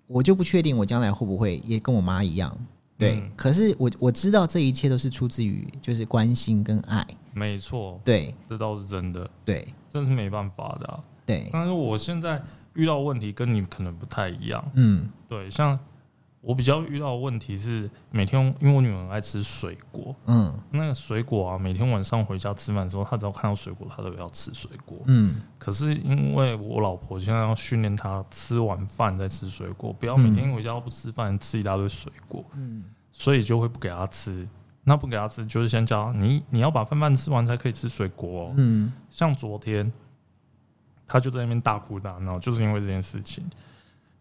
Speaker 1: 我就不确定我将来会不会也跟我妈一样，对。
Speaker 2: 嗯
Speaker 1: 可是我我知道这一切都是出自于就是关心跟爱，
Speaker 2: 没错，
Speaker 1: 对
Speaker 2: 这倒是真的，
Speaker 1: 对
Speaker 2: 这是没办法的、啊。
Speaker 1: 对，
Speaker 2: 但是我现在遇到问题跟你可能不太一样，
Speaker 1: 嗯
Speaker 2: 对，像我比较遇到的问题是每天，因为我女儿很爱吃水果，
Speaker 1: 嗯
Speaker 2: 那个水果啊，每天晚上回家吃饭的时候，她只要看到水果，她都要吃水果。
Speaker 1: 嗯
Speaker 2: 可是因为我老婆现在要训练她吃完饭再吃水果，不要每天回家都不吃饭，吃一大堆水果，
Speaker 1: 嗯
Speaker 2: 所以就会不给她吃。那不给她吃，就是先教她你你要把饭饭吃完才可以吃水果、哦。
Speaker 1: 嗯
Speaker 2: 像昨天，她就在那边大哭大闹，就是因为这件事情。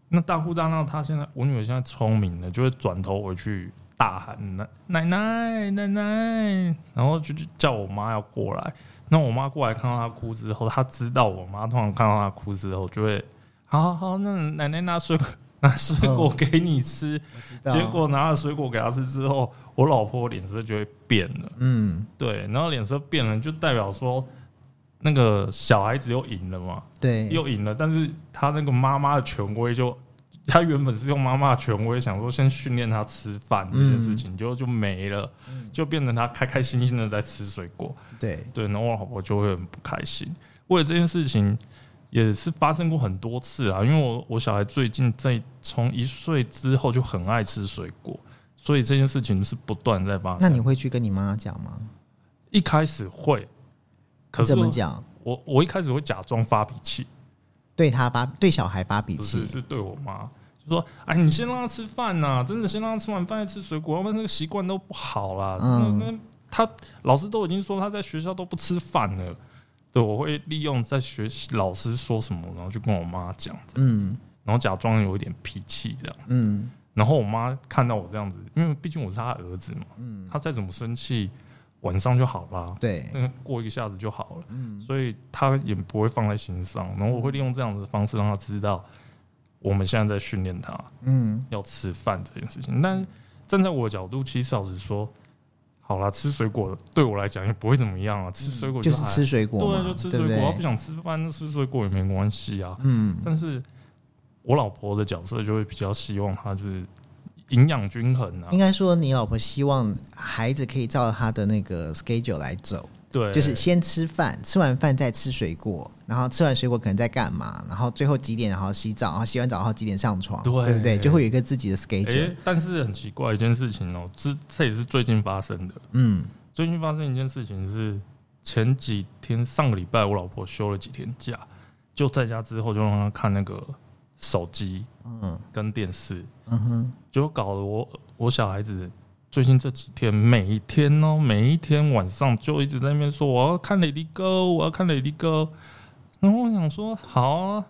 Speaker 2: 那大哭大闹，她现在我女儿现在聪明了，就会转头回去大喊奶奶奶奶奶，然后就就叫我妈要过来。那我妈过来看到她哭之后，她知道我妈通常看到她哭之后就会，好好好，那奶奶拿水果拿水果给你吃。
Speaker 1: 知道
Speaker 2: 结果拿了水果给她吃之后，我老婆脸色就会变了。
Speaker 1: 嗯
Speaker 2: 对，然后脸色变了，就代表说那个小孩子又赢了嘛，
Speaker 1: 对
Speaker 2: 又赢了，但是他那个妈妈的权威就，他原本是用妈妈的权威想说先训练他吃饭这件事情，就就没了，就变成他开开心心的在吃水果，
Speaker 1: 对
Speaker 2: 对，然后我老婆就会很不开心，为了这件事情。也是发生过很多次啊，因为我我小孩最近在从一岁之后就很爱吃水果，所以这件事情是不断在发生。
Speaker 1: 那你会去跟你妈讲吗？
Speaker 2: 一开始会，可
Speaker 1: 你
Speaker 2: 是
Speaker 1: 怎么
Speaker 2: 我
Speaker 1: 讲？
Speaker 2: 我我一开始会假装发脾气，
Speaker 1: 对她发对小孩发脾
Speaker 2: 不
Speaker 1: 气
Speaker 2: 是，是对我妈，就说：“哎，你先让他吃饭呐、真的先让他吃完饭再吃水果，要不然那个习惯都不好啦。
Speaker 1: 嗯
Speaker 2: 那那他老师都已经说他在学校都不吃饭了。对，我会利用在学老师说什么，然后就跟我妈讲，
Speaker 1: 嗯
Speaker 2: 然后假装有一点脾气这样。
Speaker 1: 嗯。
Speaker 2: 然后我妈看到我这样子，因为毕竟我是她儿子嘛，
Speaker 1: 嗯
Speaker 2: 她再怎么生气，晚上就好啦。
Speaker 1: 对，嗯
Speaker 2: 那个过一下子就好了，所以他也不会放在心上。然后我会利用这样的方式让他知道，我们现在在训练他
Speaker 1: 嗯
Speaker 2: 要吃饭这件事情。但站在我的角度，其实老实说，好啦，吃水果对我来讲也不会怎么样啊，吃水果
Speaker 1: 嗯就是
Speaker 2: 还
Speaker 1: 吃水果
Speaker 2: 对啊，
Speaker 1: 嘛，
Speaker 2: 就吃
Speaker 1: 对
Speaker 2: 水
Speaker 1: 不
Speaker 2: 果，他
Speaker 1: 对
Speaker 2: 不？想吃饭那吃水果也没关系啊。
Speaker 1: 嗯，
Speaker 2: 但是我老婆的角色就会比较希望他就是营养均衡啊
Speaker 1: 应，该说你老婆希望孩子可以照她的那个 schedule 来走，
Speaker 2: 对，
Speaker 1: 就是先吃饭，吃完饭再吃水果，然后吃完水果可能在干嘛，然后最后几点然后洗澡，然后洗完澡然后几点上床，
Speaker 2: 对
Speaker 1: 对不对？就会有一个自己的
Speaker 2: 诶，
Speaker 1: schedule。
Speaker 2: 但是很奇怪一件事情哦、这这也是最近发生的。
Speaker 1: 嗯
Speaker 2: 最近发生一件事情是，前几天上个礼拜我老婆休了几天假，就在家之后就让她看那个手机
Speaker 1: 嗯
Speaker 2: 跟电视，
Speaker 1: 嗯哼，
Speaker 2: 结果搞得我我小孩子最近这几天每一天哦、每一天晚上就一直在那边说我要看 Lady 哥，我要看 Lady 哥。然后我想说，好啊，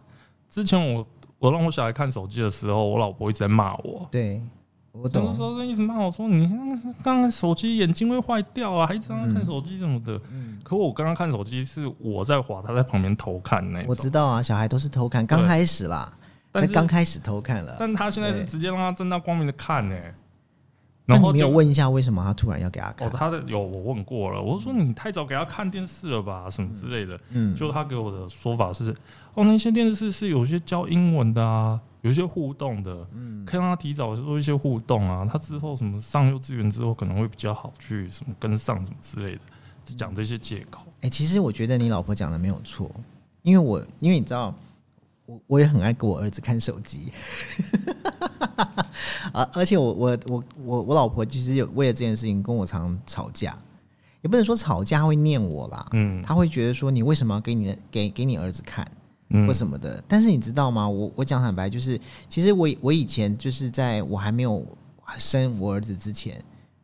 Speaker 2: 之前我我让我小孩看手机的时候，我老婆一直在骂我，
Speaker 1: 对，我
Speaker 2: 那个时
Speaker 1: 懂。
Speaker 2: 候就一直骂我说：“你看刚才手机眼睛会坏掉啊，还一直让他看手机什么的。
Speaker 1: 嗯，
Speaker 2: 可我刚刚看手机是我在滑，他在旁边偷看那
Speaker 1: 我
Speaker 2: 种。
Speaker 1: 知道啊，小孩都是偷看，刚开始啦，
Speaker 2: 但
Speaker 1: 那
Speaker 2: 是
Speaker 1: 刚开始偷看了。
Speaker 2: 但他现在是
Speaker 1: 对
Speaker 2: 直接让他正大光明的看呢、
Speaker 1: 那
Speaker 2: 然
Speaker 1: 你
Speaker 2: 后
Speaker 1: 没有
Speaker 2: 就
Speaker 1: 问一下为什么他突然要给他嗯看，？
Speaker 2: 哦他的有我问过了，我就说你太早给他看电视了吧，什么之类的。
Speaker 1: 嗯，
Speaker 2: 就他给我的说法是，哦，那些电视是有些教英文的啊，有些互动的，嗯，可以让他提早做一些互动啊。他之后什么上幼稚园之后可能会比较好去什么跟上什么之类的，就讲这些借口。
Speaker 1: 哎、其实我觉得你老婆讲的没有错，因为我因为你知道，我我也很爱给我儿子看手机， 而而且我我我我我老婆其实有为了这件事情跟我常吵架，也不能说吵架她会念我啦，
Speaker 2: 嗯
Speaker 1: 她会觉得说你为什么要给你的给给你儿子看
Speaker 2: 嗯
Speaker 1: 或什么的，但是你知道吗？我我讲坦白，就是其实我我以前就是在我还没有生我儿子之前，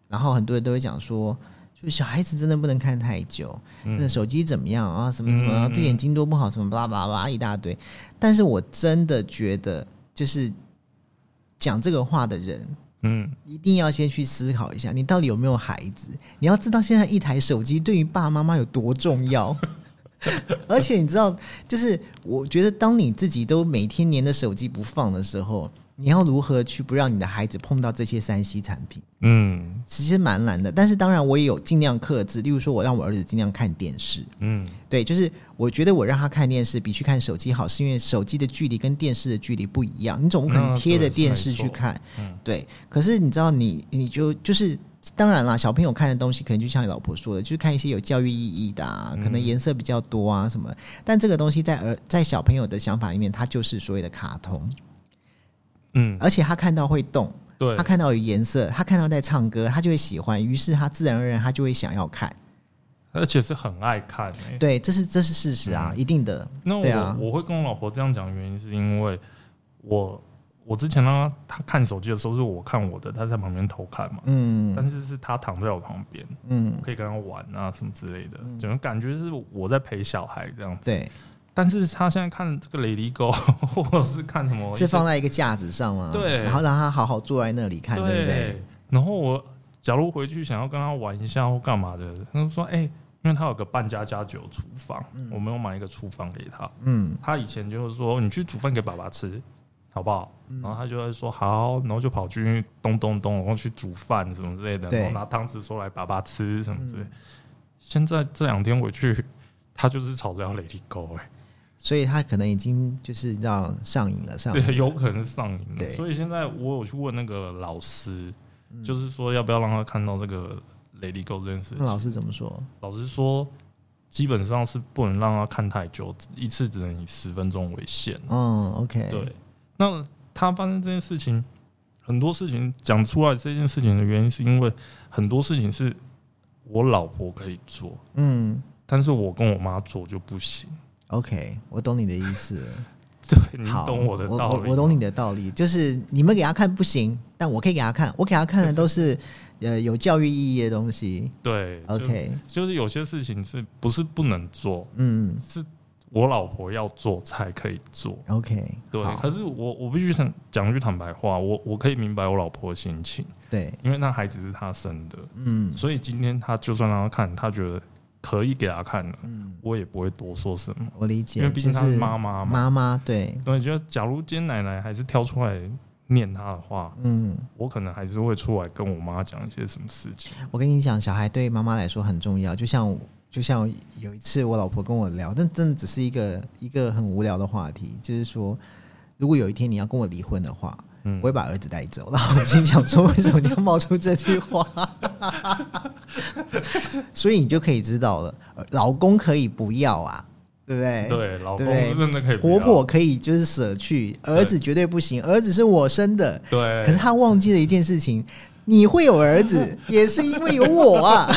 Speaker 1: 然后很多人都会讲说。就小孩子真的不能看太久，
Speaker 2: 嗯
Speaker 1: 那手机怎么样啊？什么什么、
Speaker 2: 嗯嗯嗯
Speaker 1: 对眼睛多不好，什么巴拉巴拉一大堆。但是我真的觉得，就是讲这个话的人，
Speaker 2: 嗯，
Speaker 1: 一定要先去思考一下，你到底有没有孩子？你要知道现在一台手机对于爸爸妈妈有多重要。而且你知道，就是我觉得，当你自己都每天黏着手机不放的时候，你要如何去不让你的孩子碰到这些三 C 产品，
Speaker 2: 嗯
Speaker 1: 其实蛮难的。但是当然，我也有尽量克制，例如说，我让我儿子尽量看电视。
Speaker 2: 嗯
Speaker 1: 对，就是我觉得我让他看电视比去看手机好，是因为手机的距离跟电视的距离不一样，你总不可能
Speaker 2: 嗯
Speaker 1: 贴着
Speaker 2: 对
Speaker 1: 电
Speaker 2: 没
Speaker 1: 视去
Speaker 2: 错
Speaker 1: 看。
Speaker 2: 嗯
Speaker 1: 对，可是你知道你，你就就是。当然啦，小朋友看的东西可能就像你老婆说的，就是看一些有教育意义的啊，可能
Speaker 2: 嗯
Speaker 1: 颜色比较多啊什么。但这个东西在儿在小朋友的想法里面，它就是所谓的卡通，
Speaker 2: 嗯，
Speaker 1: 而且他看到会动，
Speaker 2: 对
Speaker 1: 他，看到有颜色，他看到在唱歌，他就会喜欢，于是他自然而然他就会想要看。
Speaker 2: 而且是很爱看诶、
Speaker 1: 对，这是这是事实
Speaker 2: 嗯
Speaker 1: 啊，一定的。
Speaker 2: 那我、
Speaker 1: 对啊
Speaker 2: 我会跟我老婆这样讲，原因是因为我我之前让她她看手机的时候是我看我的，她在旁边偷看嘛，
Speaker 1: 嗯
Speaker 2: 但是是她躺在我旁边，
Speaker 1: 嗯，
Speaker 2: 可以跟她玩啊什么之类的，整个感觉是我在陪小孩这样子。
Speaker 1: 对，
Speaker 2: 但是她现在看这个雷迪狗， 或者是看什么哦一些，
Speaker 1: 是放在一个架子上啊，
Speaker 2: 对
Speaker 1: 然后让他好好坐在那里看，对不对？
Speaker 2: 然后我假如回去想要跟他玩一下或干嘛的，他就说：“哎、因为他有个半家家酒厨房，我没有买一个厨房给他。
Speaker 1: 嗯
Speaker 2: 他以前就是说你去煮饭给爸爸吃，好不好？”
Speaker 1: 嗯
Speaker 2: 然后他就会说好，然后就跑去咚咚咚，然后去煮饭什么之类的，
Speaker 1: 对嗯
Speaker 2: 然后拿汤匙说来爸爸吃什么之类的。现在这两天回去，他就是吵着要雷迪狗哎，
Speaker 1: 所以他可能已经就是你知道上瘾了，上瘾。
Speaker 2: 对，有可能是上瘾
Speaker 1: 嗯对嗯
Speaker 2: 了。所以现在我有去问那个老师，就是说要不要让他看到这个雷迪狗这件事
Speaker 1: 那老
Speaker 2: 情。
Speaker 1: 师怎么说？
Speaker 2: 老师说，基本上是不能让他看太久，一次只能以十分钟为限。
Speaker 1: 嗯，OK，
Speaker 2: 对，那他发生这件事情，很多事情讲出来这件事情的原因，是因为很多事情是我老婆可以做，
Speaker 1: 嗯
Speaker 2: 但是我跟我妈做就不行。
Speaker 1: ，OK，我懂你的意思了。
Speaker 2: 对， 你
Speaker 1: 好，
Speaker 2: 懂我的道理
Speaker 1: 我我懂你的道理，就是你们给他看不行，但我可以给他看，我给他看的都是 呃有教育意义的东西。
Speaker 2: 对就
Speaker 1: OK，
Speaker 2: 就是有些事情是不是不能做，
Speaker 1: 嗯
Speaker 2: 是我老婆要做才可以做。
Speaker 1: ，OK，
Speaker 2: 对，
Speaker 1: 好
Speaker 2: 可是我我必须坦讲句坦白话，我我可以明白我老婆的心情，
Speaker 1: 对，
Speaker 2: 因为那孩子是她生的，
Speaker 1: 嗯
Speaker 2: 所以今天她就算让她看，她觉得可以给她看了，
Speaker 1: 嗯，
Speaker 2: 我也不会多说什么，
Speaker 1: 我理
Speaker 2: 因
Speaker 1: 解，
Speaker 2: 为毕竟
Speaker 1: 就
Speaker 2: 她是妈妈嘛。
Speaker 1: 妈妈，对，
Speaker 2: 对，觉得假如今天奶奶还是跳出来念她的话，
Speaker 1: 嗯。
Speaker 2: 我可能还是会出来跟我妈讲一些什么事情。
Speaker 1: 我跟你讲，小孩对妈妈来说很重要，就像就像有一次我老婆跟我聊，但真的只是一个一个很无聊的话题，就是说，如果有一天你要跟我离婚的话，
Speaker 2: 嗯
Speaker 1: 我会把儿子带走。然后我 心想说，为什么你要冒出这句话？ 所以你就可以知道了，老公可以不要啊，对不对？。
Speaker 2: 对，老公
Speaker 1: 对
Speaker 2: 是真的可以不
Speaker 1: 婆
Speaker 2: 要
Speaker 1: 婆可以就是舍去，儿子绝对不行，儿子是我生的，
Speaker 2: 对，
Speaker 1: 可是他忘记了一件事情，你会有儿子，也是因为有我啊。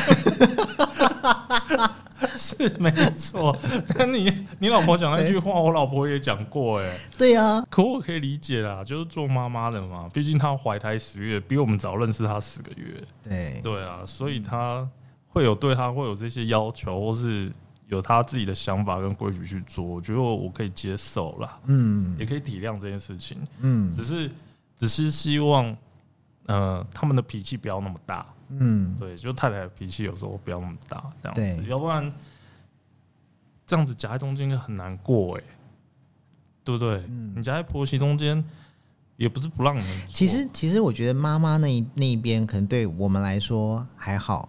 Speaker 2: 是没错，但你你老婆讲那句话，我老婆也讲过哎、
Speaker 1: 对啊，
Speaker 2: 可我可以理解啦，就是做妈妈的嘛，毕竟她怀胎十月，比我们早认识她十个月，
Speaker 1: 对，
Speaker 2: 对啊，所以她会有对她会有这些要求，或是有她自己的想法跟规矩去做，我觉得我可以接受啦，
Speaker 1: 嗯
Speaker 2: 也可以体谅这件事情，
Speaker 1: 嗯
Speaker 2: 只是只是希望，呃，他们的脾气不要那么大，
Speaker 1: 嗯，
Speaker 2: 对，就太太的脾气有时候不要那么大，这样
Speaker 1: 对
Speaker 2: 子，要不然这样子夹在中间很难过哎、对不对？
Speaker 1: 嗯
Speaker 2: 你夹在婆媳中间，也不是不让你们做。
Speaker 1: 其实其实我觉得妈妈那一那一边可能对我们来说还好，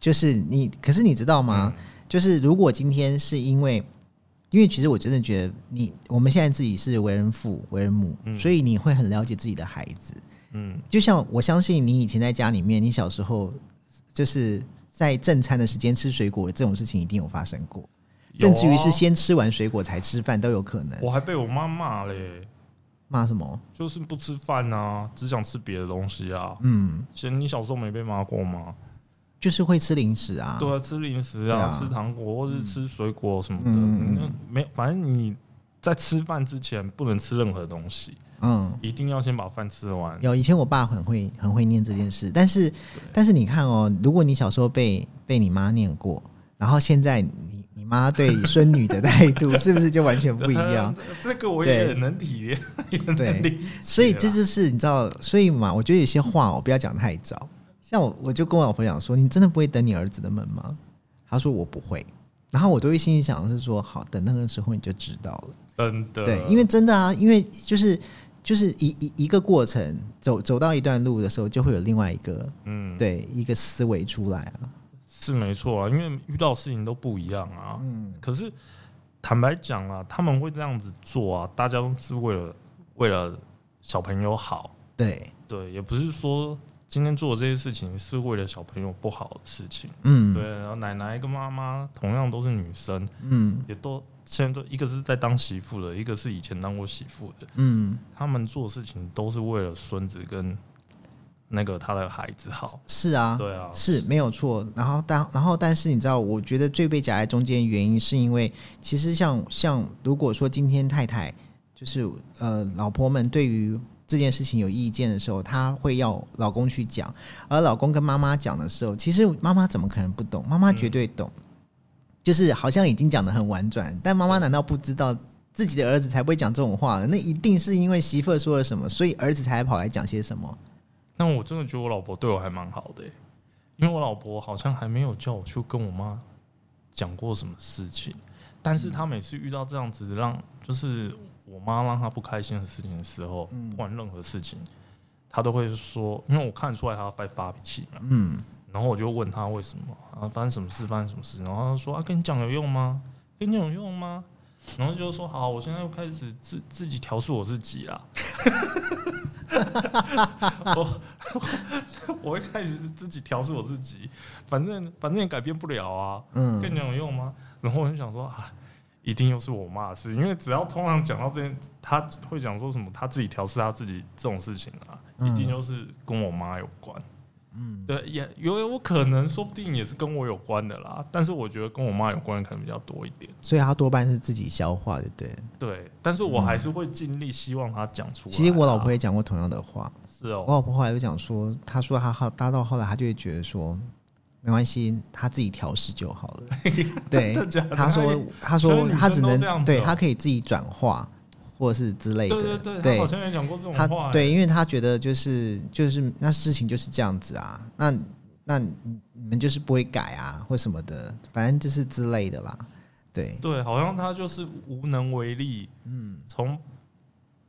Speaker 1: 就是你，可是你知道吗？
Speaker 2: 嗯
Speaker 1: 就是如果今天是因为。因为其实我真的觉得你，我们现在自己是为人父、为人母，
Speaker 2: 嗯
Speaker 1: 所以你会很了解自己的孩子。
Speaker 2: 嗯，
Speaker 1: 就像我相信你以前在家里面，你小时候就是在正餐的时间吃水果这种事情一定有发生过，
Speaker 2: 有
Speaker 1: 甚
Speaker 2: 啊
Speaker 1: 至于是先吃完水果才吃饭都有可能。
Speaker 2: 我还被我妈骂嘞，
Speaker 1: 骂什么？
Speaker 2: 就是不吃饭啊，只想吃别的东西啊。
Speaker 1: 嗯，
Speaker 2: 其实你小时候没被骂过吗？
Speaker 1: 就是会吃零食啊。
Speaker 2: 对啊，吃零食
Speaker 1: 对
Speaker 2: 啊，
Speaker 1: 啊
Speaker 2: 吃糖果或是吃水果什么的，
Speaker 1: 嗯
Speaker 2: 那没，反正你在吃饭之前不能吃任何东西，
Speaker 1: 嗯，
Speaker 2: 一定要先把饭吃完。
Speaker 1: 有以前我爸很会很会念这件事，但是但是你看哦，如果你小时候被被你妈念过，然后现在你你妈 对孙女的态度是不是就完全不一样？
Speaker 2: 这个我也
Speaker 1: 对
Speaker 2: 很能体验，也很
Speaker 1: 对
Speaker 2: 能啊理解啦。
Speaker 1: 所以这就是你知道，所以嘛，我觉得有些话哦我不要讲太早。像我，我就跟我老婆讲说：“你真的不会等你儿子的门吗？”她说：“我不会。”然后我都会心里想的是说：“好，等那个时候你就知道了。
Speaker 2: 真的
Speaker 1: 对，因为真的啊，因为就是就是一一一个过程，走走到一段路的时候，就会有另外一个
Speaker 2: 嗯，
Speaker 1: 对一个思维出来啊。
Speaker 2: 是没错啊，因为遇到事情都不一样啊。
Speaker 1: 嗯
Speaker 2: 可是坦白讲啊，他们会这样子做啊，大家都是为了为了小朋友好，
Speaker 1: 对，
Speaker 2: 对，也不是说今天做的这些事情是为了小朋友不好的事情。
Speaker 1: 嗯
Speaker 2: 对，然后奶奶跟妈妈同样都是女生，
Speaker 1: 嗯
Speaker 2: 也都现在都一个是在当媳妇的，一个是以前当过媳妇的，
Speaker 1: 嗯，
Speaker 2: 他们做事情都是为了孙子跟那个他的孩子好。
Speaker 1: 是啊，
Speaker 2: 对啊，
Speaker 1: 是没有错。然后但然后但是你知道，我觉得最被夹在中间的原因是因为，其实像像如果说今天太太就是呃老婆们对于这件事情有意见的时候，她会要老公去讲，而老公跟妈妈讲的时候，其实妈妈怎么可能不懂？妈妈绝对懂，就是好像已经讲的很婉转，但妈妈难道不知道？自己的儿子才不会讲这种话呢？那一定是因为媳妇儿说了什么，所以儿子才跑来讲些什么。
Speaker 2: 但我真的觉得我老婆对我还蛮好的欸、因为我老婆好像还没有叫我去跟我妈讲过什么事情，但是她每次遇到这样子让就是我妈让她不开心的事情的时候，不管任何事情，她都会说，因为我看出来她在发脾气嘛，
Speaker 1: 嗯
Speaker 2: 然后我就问她为什么啊，发生什么事，发生什么事，然后她就说啊，跟你讲有用吗？跟你讲有用吗？然后就说好，我现在又开始自自己调试我自己啦。 我 我我会开始自己调试我自己，反正反正也改变不了啊，
Speaker 1: 嗯，
Speaker 2: 跟你讲有用吗？然后我就想说啊，一定又是我妈的事，因为只要通常讲到这件，他会讲说什么他自己调试他自己这种事情啊，
Speaker 1: 嗯
Speaker 2: 一定就是跟我妈有关。
Speaker 1: 嗯，
Speaker 2: 对，也有有可能，说不定也是跟我有关的啦。但是我觉得跟我妈有关的可能比较多一点。
Speaker 1: 所以他多半是自己消化，对不对了？
Speaker 2: 对，但是我还是会尽力希望她讲出来啊、
Speaker 1: 其实我老婆也讲过同样的话，
Speaker 2: 是哦
Speaker 1: 我，老婆后来就讲说，她说她好，搭到后来她就会觉得说，没关系，她自己调试就好 了。对
Speaker 2: 真的假，的
Speaker 1: 她说她
Speaker 2: 所以
Speaker 1: 说
Speaker 2: 女生
Speaker 1: 她只
Speaker 2: 都
Speaker 1: 能、
Speaker 2: 这样子哦
Speaker 1: 对她可以自己转化，或是之类的。
Speaker 2: 对对对，她好像也讲过这种
Speaker 1: 他
Speaker 2: 话、欸。
Speaker 1: 对，因为他觉得就是就是那事情就是这样子啊，那那你你们就是不会改啊，或什么的，反正就是之类的啦。对，
Speaker 2: 对，好像他就是无能为力。嗯，从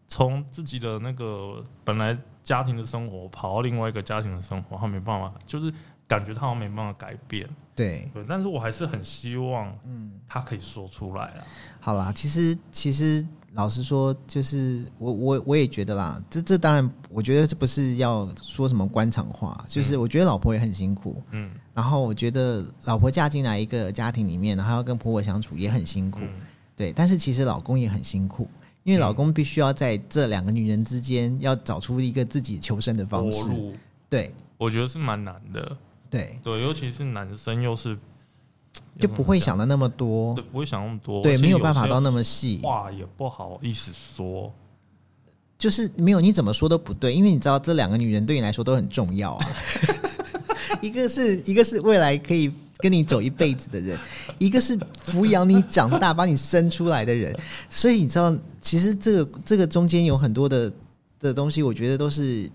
Speaker 2: 从自己的那个本来家庭的生活跑到另外一个家庭的生活，他没办法，就是感觉他好像没办法改变。
Speaker 1: 对，
Speaker 2: 对，但是我还是很希望，嗯，他可以说出来啊。
Speaker 1: 好啦，其实其实老实说，就是我我我也觉得啦，这这当然，我觉得这不是要说什么官场话，就是我觉得老婆也很辛苦，
Speaker 2: 嗯
Speaker 1: 然后我觉得老婆嫁进来一个家庭里面，然后要跟婆婆相处也很辛苦，
Speaker 2: 嗯，
Speaker 1: 对，但是其实老公也很辛苦。因为老公必须要在这两个女人之间要找出一个自己求生的
Speaker 2: 活
Speaker 1: 方式，
Speaker 2: 路
Speaker 1: 对
Speaker 2: 我觉得是蛮难的。
Speaker 1: 对，
Speaker 2: 对，尤其是男生又是
Speaker 1: 就不会，想的那么
Speaker 2: 要
Speaker 1: 多
Speaker 2: 怎么讲，对，不会想那么多，
Speaker 1: 对，
Speaker 2: 而且
Speaker 1: 没有办法
Speaker 2: 些
Speaker 1: 到那么细，
Speaker 2: 话也不好意思说。
Speaker 1: 就是没有你怎么说都不对，因为你知道这两个女人对你来说都很重要 啊。一个是一个是未来可以跟你走一辈子的人，一个是抚养你长大、把你生出来的人，所以你知道，其实这个这个中间有很多的的东西，我觉得都是。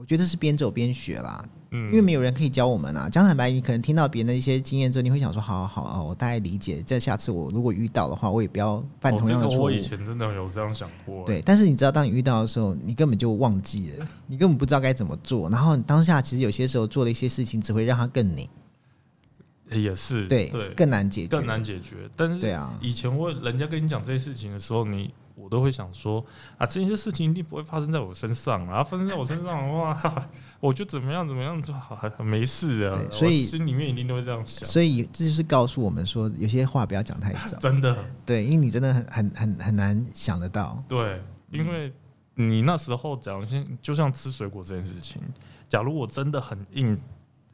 Speaker 1: 我觉得是边走边学啦，
Speaker 2: 嗯，
Speaker 1: 因为没有人可以教我们啊。讲坦白，你可能听到别人的一些经验之后，你会想说：好好好，我大概理解。这下次我如果遇到的话，我也不要犯
Speaker 2: 哦
Speaker 1: 同样的
Speaker 2: 这个
Speaker 1: 错误。
Speaker 2: 我以前真的有这样想过。
Speaker 1: 对，但是你知道，当你遇到的时候，你根本就忘记了，你根本不知道该怎么做。然后你当下其实有些时候做了一些事情，只会让它更拧，
Speaker 2: 欸也是
Speaker 1: 对，
Speaker 2: 对
Speaker 1: 更难解决，
Speaker 2: 更难解决。但是
Speaker 1: 对啊，
Speaker 2: 以前我人家跟你讲这些事情的时候，你我都会想说啊，这些事情一定不会发生在我身上啊，发生在我身上的话，哈哈我就怎么样怎么样就好，还没事啊。
Speaker 1: 对所以
Speaker 2: 我心里面一定都会这样想，，
Speaker 1: 所以这就是告诉我们说，有些话不要讲太早
Speaker 2: 真的
Speaker 1: 对，因为你真的很很很很难想得到，
Speaker 2: 对，因为你那时候讲，像就像吃水果这件事情，假如我真的很硬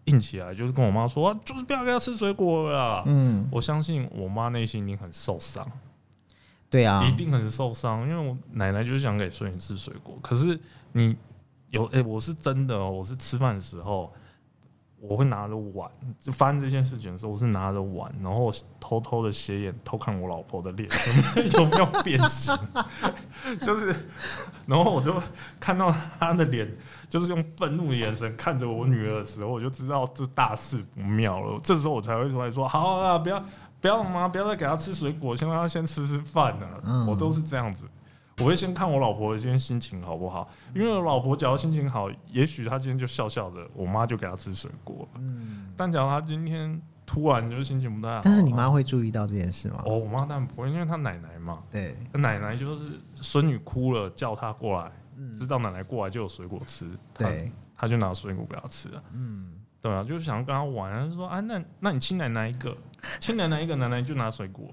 Speaker 2: 硬起来，就是跟我妈说、啊，就是不要给他吃水果了啦。啊
Speaker 1: 嗯，
Speaker 2: 我相信我妈内心一定很受伤，
Speaker 1: 对啊
Speaker 2: 一，定很受伤，因为我奶奶就是想给孙女吃水果，可是你有哎、我是真的、哦，我是吃饭的时候，我会拿着碗，就发生这件事情的时候，我是拿着碗，然后偷偷的斜眼偷看我老婆的脸 有没有变形， 就是，然后我就看到她的脸，就是用愤怒的眼神看着我女儿的时候，我就知道这大事不妙了。这时候我才会出来说：“好啊，不要不要妈，不要再给她吃水果，先让她先吃吃饭呢、
Speaker 1: 嗯
Speaker 2: 我都是这样子，我会先看我老婆今天心情好不好，因为我老婆只要心情好，也许她今天就笑笑的，我妈就给她吃水果了。
Speaker 1: 嗯，
Speaker 2: 但假如她今天突然就是心情不太好，
Speaker 1: 但是你妈会注意到这件事吗？
Speaker 2: 哦，我妈当然不会，因为她奶奶嘛，
Speaker 1: 对，
Speaker 2: 奶奶就是孙女哭了，叫她过来，知
Speaker 1: 嗯，
Speaker 2: 道奶奶过来就有水果吃，她
Speaker 1: 对，
Speaker 2: 她就拿水果给她吃啊。
Speaker 1: 嗯，
Speaker 2: 对啊，就是想要跟她玩，她就说啊，那那你亲奶奶一 个，亲奶奶一个，奶奶就拿水果。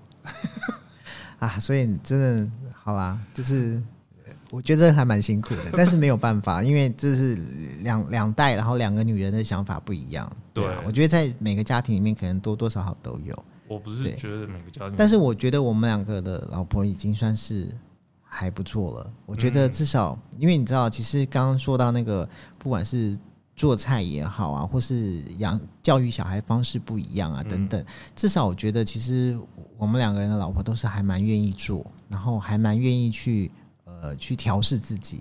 Speaker 1: 啊，所以你真的好啦，就是呃我觉得还蛮辛苦的，但是没有办法，因为这是两两代，然后两个女人的想法不一样。啊
Speaker 2: 对
Speaker 1: 我觉得在每个家庭里面，可能多多少少都有，
Speaker 2: 我不是
Speaker 1: 对
Speaker 2: 觉得每个家庭，
Speaker 1: 但是我觉得我们两个的老婆已经算是。还不错了，我觉得
Speaker 2: 嗯
Speaker 1: 至少，因为你知道，其实刚刚说到那个，不管是做菜也好啊，或是养教育小孩方式不一样啊，
Speaker 2: 嗯
Speaker 1: 等等，至少我觉得，其实我们两个人的老婆都是还蛮愿意做，然后还蛮愿意去呃去调试自己，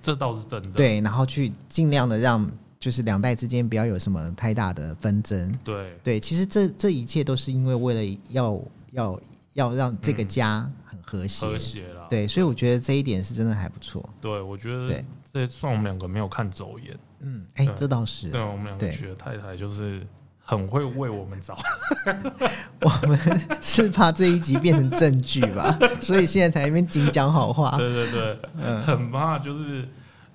Speaker 2: 这倒是真的。
Speaker 1: 对，然后去尽量的让就是两代之间不要有什么太大的纷争，
Speaker 2: 对
Speaker 1: 对，其实这这一切都是因为为了要要要让这个
Speaker 2: 嗯
Speaker 1: 家很和谐，
Speaker 2: 和谐啦。
Speaker 1: 对，所以我觉得这一点是真的还不错。
Speaker 2: 对，我觉得
Speaker 1: 对
Speaker 2: 这算我们两个没有看走眼。
Speaker 1: 嗯，哎、
Speaker 2: 对
Speaker 1: 这倒是
Speaker 2: 对，我们两个
Speaker 1: 对
Speaker 2: 娶的太太就是很会为我们着
Speaker 1: 我们是怕这一集变成证据吧，所以现在才在那边仅讲好话。
Speaker 2: 对对对，很怕就是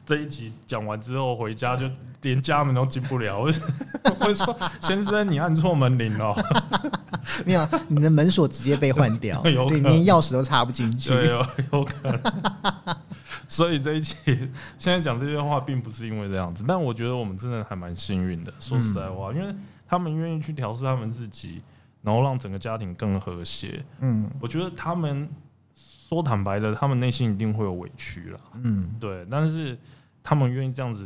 Speaker 2: 这一集讲完之后回家就连家门都进不了，我就我会说先生你按错门铃哦了，
Speaker 1: 没有，你的门锁直接被换掉，
Speaker 2: 对有
Speaker 1: 对，
Speaker 2: 可能
Speaker 1: 连钥匙都插不进去。
Speaker 2: 对，有有可能。所以这一集现在讲这些话，并不是因为这样子，但我觉得我们真的还蛮幸运的。说实在话，因为他们愿意去调试他们自己，然后让整个家庭更和谐。
Speaker 1: 嗯
Speaker 2: 我觉得他们说坦白的，他们内心一定会有委屈了。
Speaker 1: 嗯，
Speaker 2: 对，但是他们愿意这样子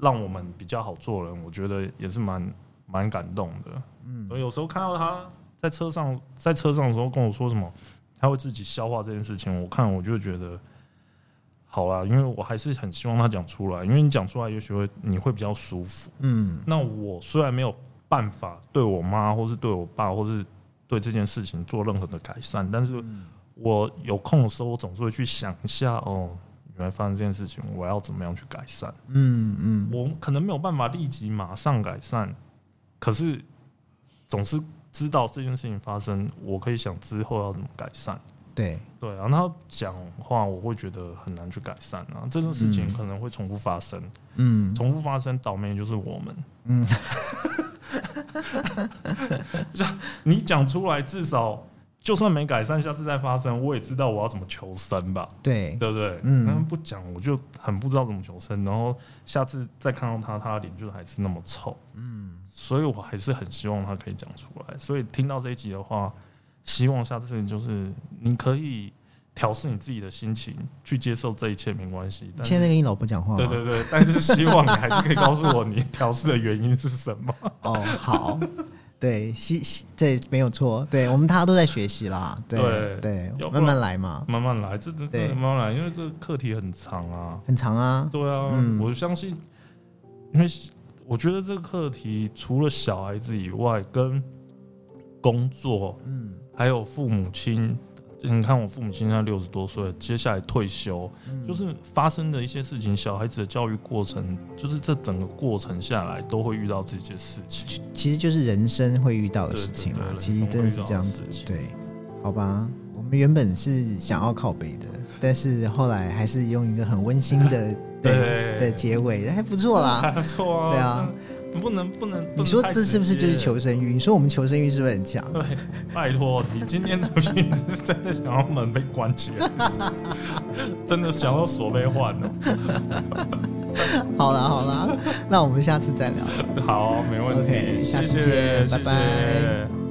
Speaker 2: 让我们比较好做人，我觉得也是蛮蛮感动的。嗯，有时候看到他在车上在车上的时候跟我说什么，他会自己消化这件事情，我看我就觉得。好啦，因为我还是很希望他讲出来，因为你讲出来，也许会你会比较舒服。
Speaker 1: 嗯
Speaker 2: 那我虽然没有办法对我妈，或是对我爸，或是对这件事情做任何的改善，但是我有空的时候，我总是会去想一下，哦，原来发生这件事情，我要怎么样去改善？
Speaker 1: 嗯嗯，
Speaker 2: 我可能没有办法立即马上改善，可是总是知道这件事情发生，我可以想之后要怎么改善。
Speaker 1: 对，
Speaker 2: 对啊，然后他讲话，我会觉得很难去改善啊，这件事情
Speaker 1: 嗯
Speaker 2: 可能会重复发生，
Speaker 1: 嗯
Speaker 2: 重复发生，倒霉就是我们。
Speaker 1: 嗯，
Speaker 2: 你讲出来，至少就算没改善，下次再发生，我也知道我要怎么求生吧，
Speaker 1: 对，
Speaker 2: 对不对？
Speaker 1: 嗯
Speaker 2: 那不讲我就很不知道怎么求生，然后下次再看到他，他的脸就还是那么臭，
Speaker 1: 嗯
Speaker 2: 所以我还是很希望他可以讲出来。所以听到这一集的话，希望下次就是你可以调试你自己的心情，去接受这一切没关系。但是
Speaker 1: 现在跟你老婆讲话吗？
Speaker 2: 对对对，但是希望你还是可以告诉我你调试的原因是什么。
Speaker 1: 哦，好，对，西西，对，没有错，对我们大家都在学习啦，对
Speaker 2: 对
Speaker 1: 对，
Speaker 2: 要不
Speaker 1: 慢
Speaker 2: 然
Speaker 1: 慢来嘛，
Speaker 2: 慢慢来，这真
Speaker 1: 对
Speaker 2: 的慢慢来，因为这个课题很长啊。
Speaker 1: 很长啊，
Speaker 2: 对啊，
Speaker 1: 嗯
Speaker 2: 我相信，因为我觉得这个课题除了小孩子以外，跟工作
Speaker 1: 嗯
Speaker 2: 还有父母亲，你看我父母亲现在六十多岁了，接下来退休，
Speaker 1: 嗯，
Speaker 2: 就是发生的一些事情，小孩子的教育过程，就是这整个过程下来都会遇到这些事情。
Speaker 1: 其实就是人生会遇到的事情
Speaker 2: 对
Speaker 1: 啦
Speaker 2: 对，对
Speaker 1: 其实真的是这样子
Speaker 2: 人生会遇到的事，情
Speaker 1: 对，好吧，我们原本是想要靠北的，但是后来还是用一个很温馨 的对
Speaker 2: 对
Speaker 1: 的结尾，还不错啦。
Speaker 2: 还不错啊，
Speaker 1: 对啊
Speaker 2: 真的，不能不能，不能
Speaker 1: 你说
Speaker 2: 太
Speaker 1: 这是不是
Speaker 2: 直
Speaker 1: 就是
Speaker 2: 接
Speaker 1: 求生欲？你说我们求生欲是不是很强？
Speaker 2: 对，拜托，你今天的名字真的想要门被关起来，真的想要锁被换哦了。
Speaker 1: 好啦好啦，那我们下次再聊。
Speaker 2: 好，没问题
Speaker 1: OK，下次
Speaker 2: 谢谢
Speaker 1: 见
Speaker 2: 谢
Speaker 1: 拜拜
Speaker 2: 谢